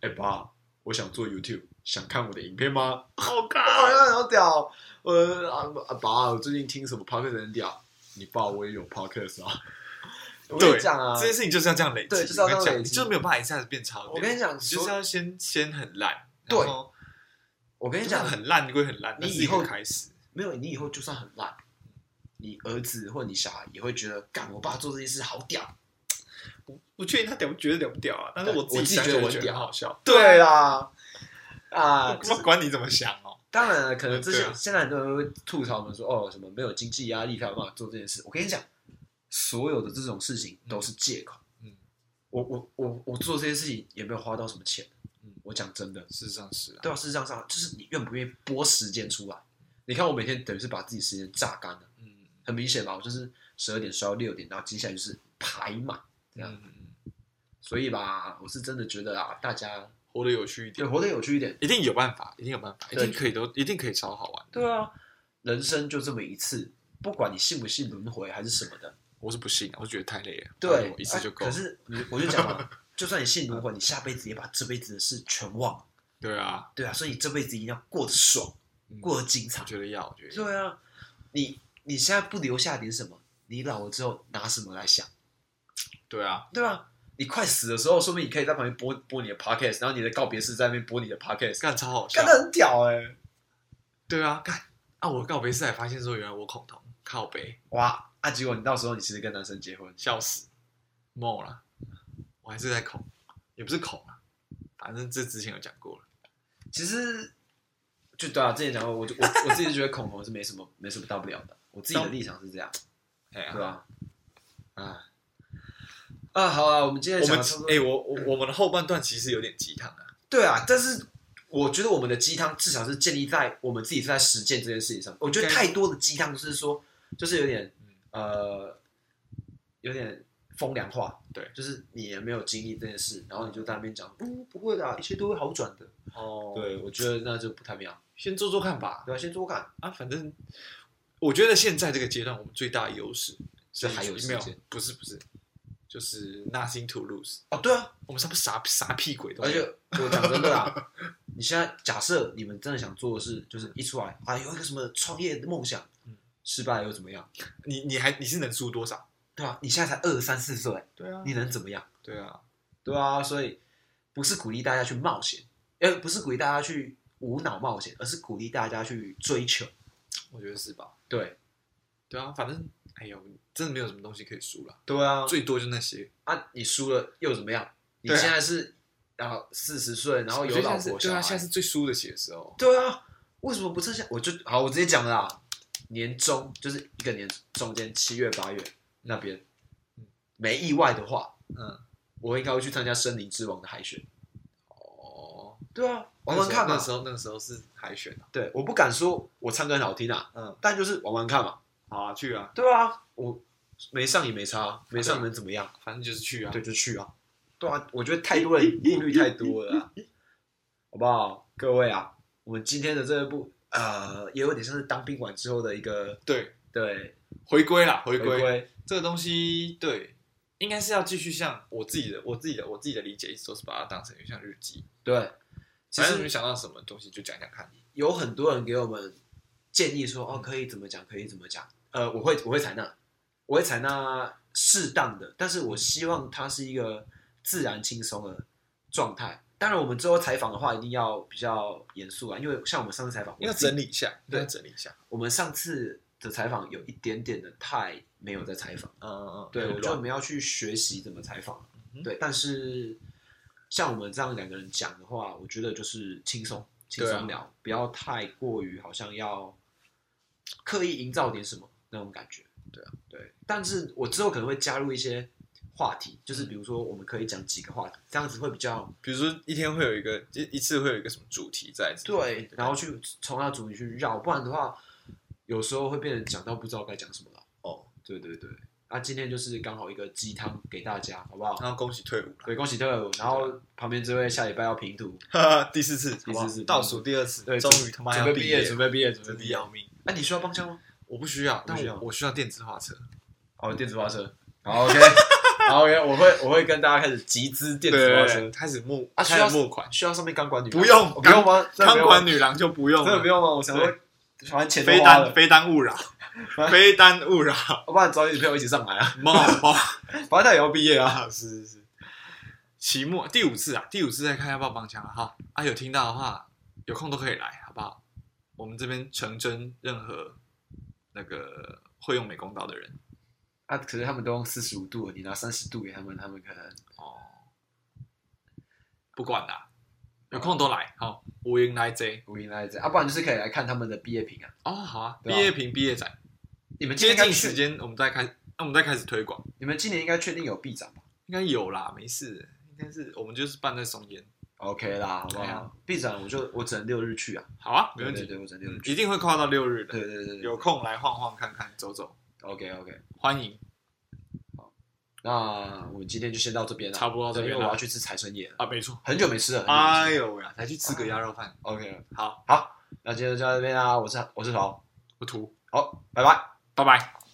A: 哎、爸，我想做 YouTube，想看我的影片吗？
B: 好
A: 啊好
B: 尬，
A: 像好屌。呃，啊啊爸，我最近听什么 podcast 很屌？你爸我也有 podcast 啊。 (laughs) 我跟你
B: 对，
A: 讲啊
B: 这，件事情就是要这样累积，
A: 对就是要这样
B: 我跟你讲
A: 累积
B: 你就没有办法一下子变超屌。
A: 我跟你讲
B: 你就是要先先很烂，
A: 对
B: 然后
A: 我跟你
B: 就算
A: 讲，
B: 很烂归很烂，
A: 你
B: 但是一
A: 以后
B: 个开始，
A: 没有，你以后就算很烂，你儿子或你小孩也会觉得，干我爸做这件事好屌。
B: 我确定他屌不觉得屌不屌啊，但是
A: 对
B: 我自
A: 我自己
B: 己想
A: 觉得
B: 想
A: 我
B: 就觉
A: 屌
B: 得很好笑，
A: 对啊啦，
B: 我 (laughs)
A: 啊，
B: 他妈管你怎么想哦。
A: 当然了，可能这些、
B: 对啊
A: 现在很多人会吐槽我们说，哦，什么没有经济压力才有办法做这件事。我跟你讲，所有的这种事情都是借口。
B: 嗯，
A: 我我我我做这些事情也没有花到什么钱。
B: 嗯
A: 我讲真的，
B: 事实上是啊，
A: 对啊，事实上上就是你愿不愿意拨时间出来。你看我每天等于是把自己时间榨干了，
B: 嗯
A: 很明显吧？我就是十二点睡到六点，然后接下来就是排满。这样
B: 嗯嗯，
A: 所以吧，我是真的觉得啊，大家
B: 活得有趣一点
A: 对。活得有趣一点。
B: 一定有办法，一定有办法，一
A: 对
B: 定可以都一定可以超好玩。
A: 对啊，人生就这么一次，不管你信不信轮回还是什么的，
B: 我是不信啊，我觉得太累了，反
A: 对
B: 正，我一次就够。
A: 哎可是你我就讲嘛，
B: (laughs)
A: 就算你信轮回，你下辈子也把这辈子的事全忘了。
B: 对啊，
A: 对啊，所以你这辈子一定要过得爽，
B: 嗯
A: 过得精彩
B: 我。觉得要，我觉得要
A: 对啊，你你现在不留下点什么，你老了之后拿什么来想？
B: 对啊，
A: 对啊，你快死的时候，说不定你可以在旁边播播你的 podcast，然后你的告别式在那边播你的 podcast，
B: 干超好笑
A: 干。的很屌哎、
B: 对啊，干啊！我告别式才发现说，原来我恐同，靠北，
A: 哇啊！结果你到时候你其实跟男生结婚，
B: 笑死，梦了，我还是在恐，也不是恐啊，反正这之前有讲过了。
A: 其实就对啊，之前讲过，我就我我自己觉得恐同是没什么没什么大不了的，我自己的立场是这样，
B: 哎呀
A: 对，吧、
B: 啊，
A: 啊？好啊，我们今天
B: 我
A: 讲
B: 们
A: 的差不多
B: 哎，我我我们的后半段其实有点鸡汤啊，
A: 对啊，但是我觉得我们的鸡汤至少是建立在我们自己在实践这件事情上。我觉得
B: 对
A: 太多的鸡汤就是说，就是有点
B: 嗯
A: 呃，有点风凉话，
B: 对
A: 就是你也没有经历这件事，然后你就在那边讲，嗯，不会的啊，一切都会好转的。
B: 哦对，
A: 对，我觉得那就不太妙。
B: 先做做看吧。
A: 对啊，先做看。
B: 啊，反正我觉得现在这个阶段，我们最大的优势
A: 是
B: 是
A: 还有时
B: 没有
A: 间？
B: 不是不是，就是 nothing to lose。
A: 哦，对啊，
B: 我们什么傻傻屁鬼都
A: 而
B: 没
A: 且
B: 有，
A: 我讲真的啦，你现在假设你们真的想做的事，就是一出来啊，有一个什么创业的梦想
B: 嗯，
A: 失败了又怎么样？
B: 你你还你是能输多少？
A: 对啊，你现在才二三四岁，
B: 对啊
A: 你能怎么样？
B: 对啊，
A: 对啊，所以不是鼓励大家去冒险，呃，不是鼓励大家去无脑冒险，而是鼓励大家去追求。
B: 我觉得是吧？
A: 对，
B: 对啊，反正
A: 哎呦，
B: 真的没有什么东西可以输了，
A: 对啊，
B: 最多就那些。
A: 啊，你输了又怎么样？你
B: 对啊
A: 现在是然后四十岁，然后
B: 我
A: 有
B: 觉得
A: 老
B: 现在是
A: 婆
B: 对
A: 小
B: 啊，现
A: 孩，
B: 在是最输得起的时候。
A: 对啊，为什么不趁现？我就好，我直接讲了啦，年终就是一个年中间七月八月那边
B: 嗯，
A: 没意外的话，
B: 嗯，
A: 我应该会去参加森林之王的海选。
B: 哦，
A: 对啊，玩玩看
B: 那
A: 嘛。
B: 时候那时候是海选啊，
A: 对，我不敢说我唱歌很好听啊，
B: 嗯，
A: 但就是玩玩看嘛。
B: 好啊，去啊，
A: 对啊，我没上也没差，啊没上能怎么样？
B: 反正就是去啊。
A: 对，就去啊。对啊，我觉得太多人顾虑太多了啊、好不好？各位啊，我们今天的这一部呃，也有点像是当宾馆之后的一个
B: 对，
A: 对
B: 回归啦，回
A: 回
B: 归。
A: 归。
B: 这个东西对，应该是要继续像我自己的、我自己的、我自己的理解，一直都是把它当成一个像日记。
A: 对，其
B: 其实你
A: 实
B: 们想到什么东西就讲讲看。
A: 有很多人给我们建议说，哦，可以怎么讲，可以怎么讲。呃，我会我会采纳，我会采纳适当的，但是我希望它是一个自然轻松的状态。当然，我们之后采访的话，一定要比较严肃啊，因为像我们上次采访，
B: 要
A: 我自己
B: 整理一下，
A: 对
B: 要整理一下。
A: 我们上次的采访有一点点的太没有在采访，
B: 嗯嗯嗯，
A: 对，我觉
B: 很
A: 得
B: 乱嗯
A: 我们要去学习怎么采访，
B: 哼
A: 对。但是像我们这样两个人讲的话，我觉得就是轻松轻
B: 对啊
A: 松聊，不要太过于好像要刻意营造点什么那种感觉，
B: 对
A: 啊，对。但是我之后可能会加入一些话题，
B: 嗯
A: 就是比如说我们可以讲几个话题，这样子会比较
B: 比如说一天会有一个一一次会有一个什么主题在，
A: 对，然后去从那主题去绕，不然的话，有时候会变成讲到不知道该讲什么了。
B: 哦，
A: 对对对，那、今天就是刚好一个鸡汤给大家，好不好？
B: 然后恭喜退伍
A: (laughs)
B: 了
A: 对，恭喜队伍。然后旁边这位下礼拜要评图，
B: 哈哈，第四次，好不好
A: 第四次嗯
B: 倒数第二次，
A: 对，
B: 终于他妈
A: 准
B: 要
A: 备毕
B: 业，
A: 准备毕业，准备
B: 真的
A: 毕业。
B: 要命。
A: 哎、你需要帮腔吗？
B: 我不需要，
A: 不
B: 但
A: 需要
B: 我我需要电子化车。
A: 哦，电子花车。好，OK，好，OK，我会我会跟大家开始集资电子花车。
B: 开始募，
A: 啊，需
B: 开
A: 要
B: 始募款，
A: 需要上面钢管女吗？
B: 不用
A: 哦不用吗？真的不
B: 钢
A: 用
B: 管
A: 吗
B: 女郎就不用
A: 真的
B: 了
A: 不，用吗？我想说，反正钱
B: 非
A: 都花
B: 单
A: 了，
B: 非
A: (laughs)
B: 单勿扰，非单勿扰，
A: 我帮你找你女朋友一起上来
B: (laughs)
A: 啊，
B: 冒冒。
A: 反正他也要毕业啊。 (laughs)
B: 啊，是是是。期末第五次啊，第五次再看要不要帮腔了哈。啊，有听到的话，有空都可以来，好不好？我们这边成真任何那个会用美工刀的人
A: 啊，可是他们都用四十五度，你拿三十度给他们，他们可能
B: 哦，不管啦，有空都来，好、无云来 J
A: 无应该这样。啊，不然就是可以来看他们的毕业评啊。
B: 哦，好啊，毕
A: 对啊
B: 业评毕业展，
A: 你们今
B: 接
A: 年应该
B: 近
A: 确
B: 时，间我们再开，那、我们再开始推广，
A: 你们今年应该确定有毕展吧
B: 应该有啦，没事，应该是我们就是办在松烟，
A: ？OK 啦，好不
B: 对
A: 好
B: 啊？
A: 毕展我就我只能六日去啊，
B: 好啊，没
A: 对
B: 问题，
A: 对对，我只能六日去。
B: 一定会跨到六日的，
A: 对对对对，
B: 有空来晃晃看看，走走，
A: OK OK，
B: 欢迎。
A: 那我们今天就先到这边了，
B: 差不多到这边
A: 对
B: 了
A: 因为我要去吃财神爷了，
B: 啊，没错。
A: 很久没吃了。很久没吃了
B: 哎呦喂啊，才去吃个鸭肉饭。
A: OK，
B: 好，
A: 好，那今天就到这边啦，我是我是头，
B: 我吐，
A: 好，拜拜。
B: 拜拜。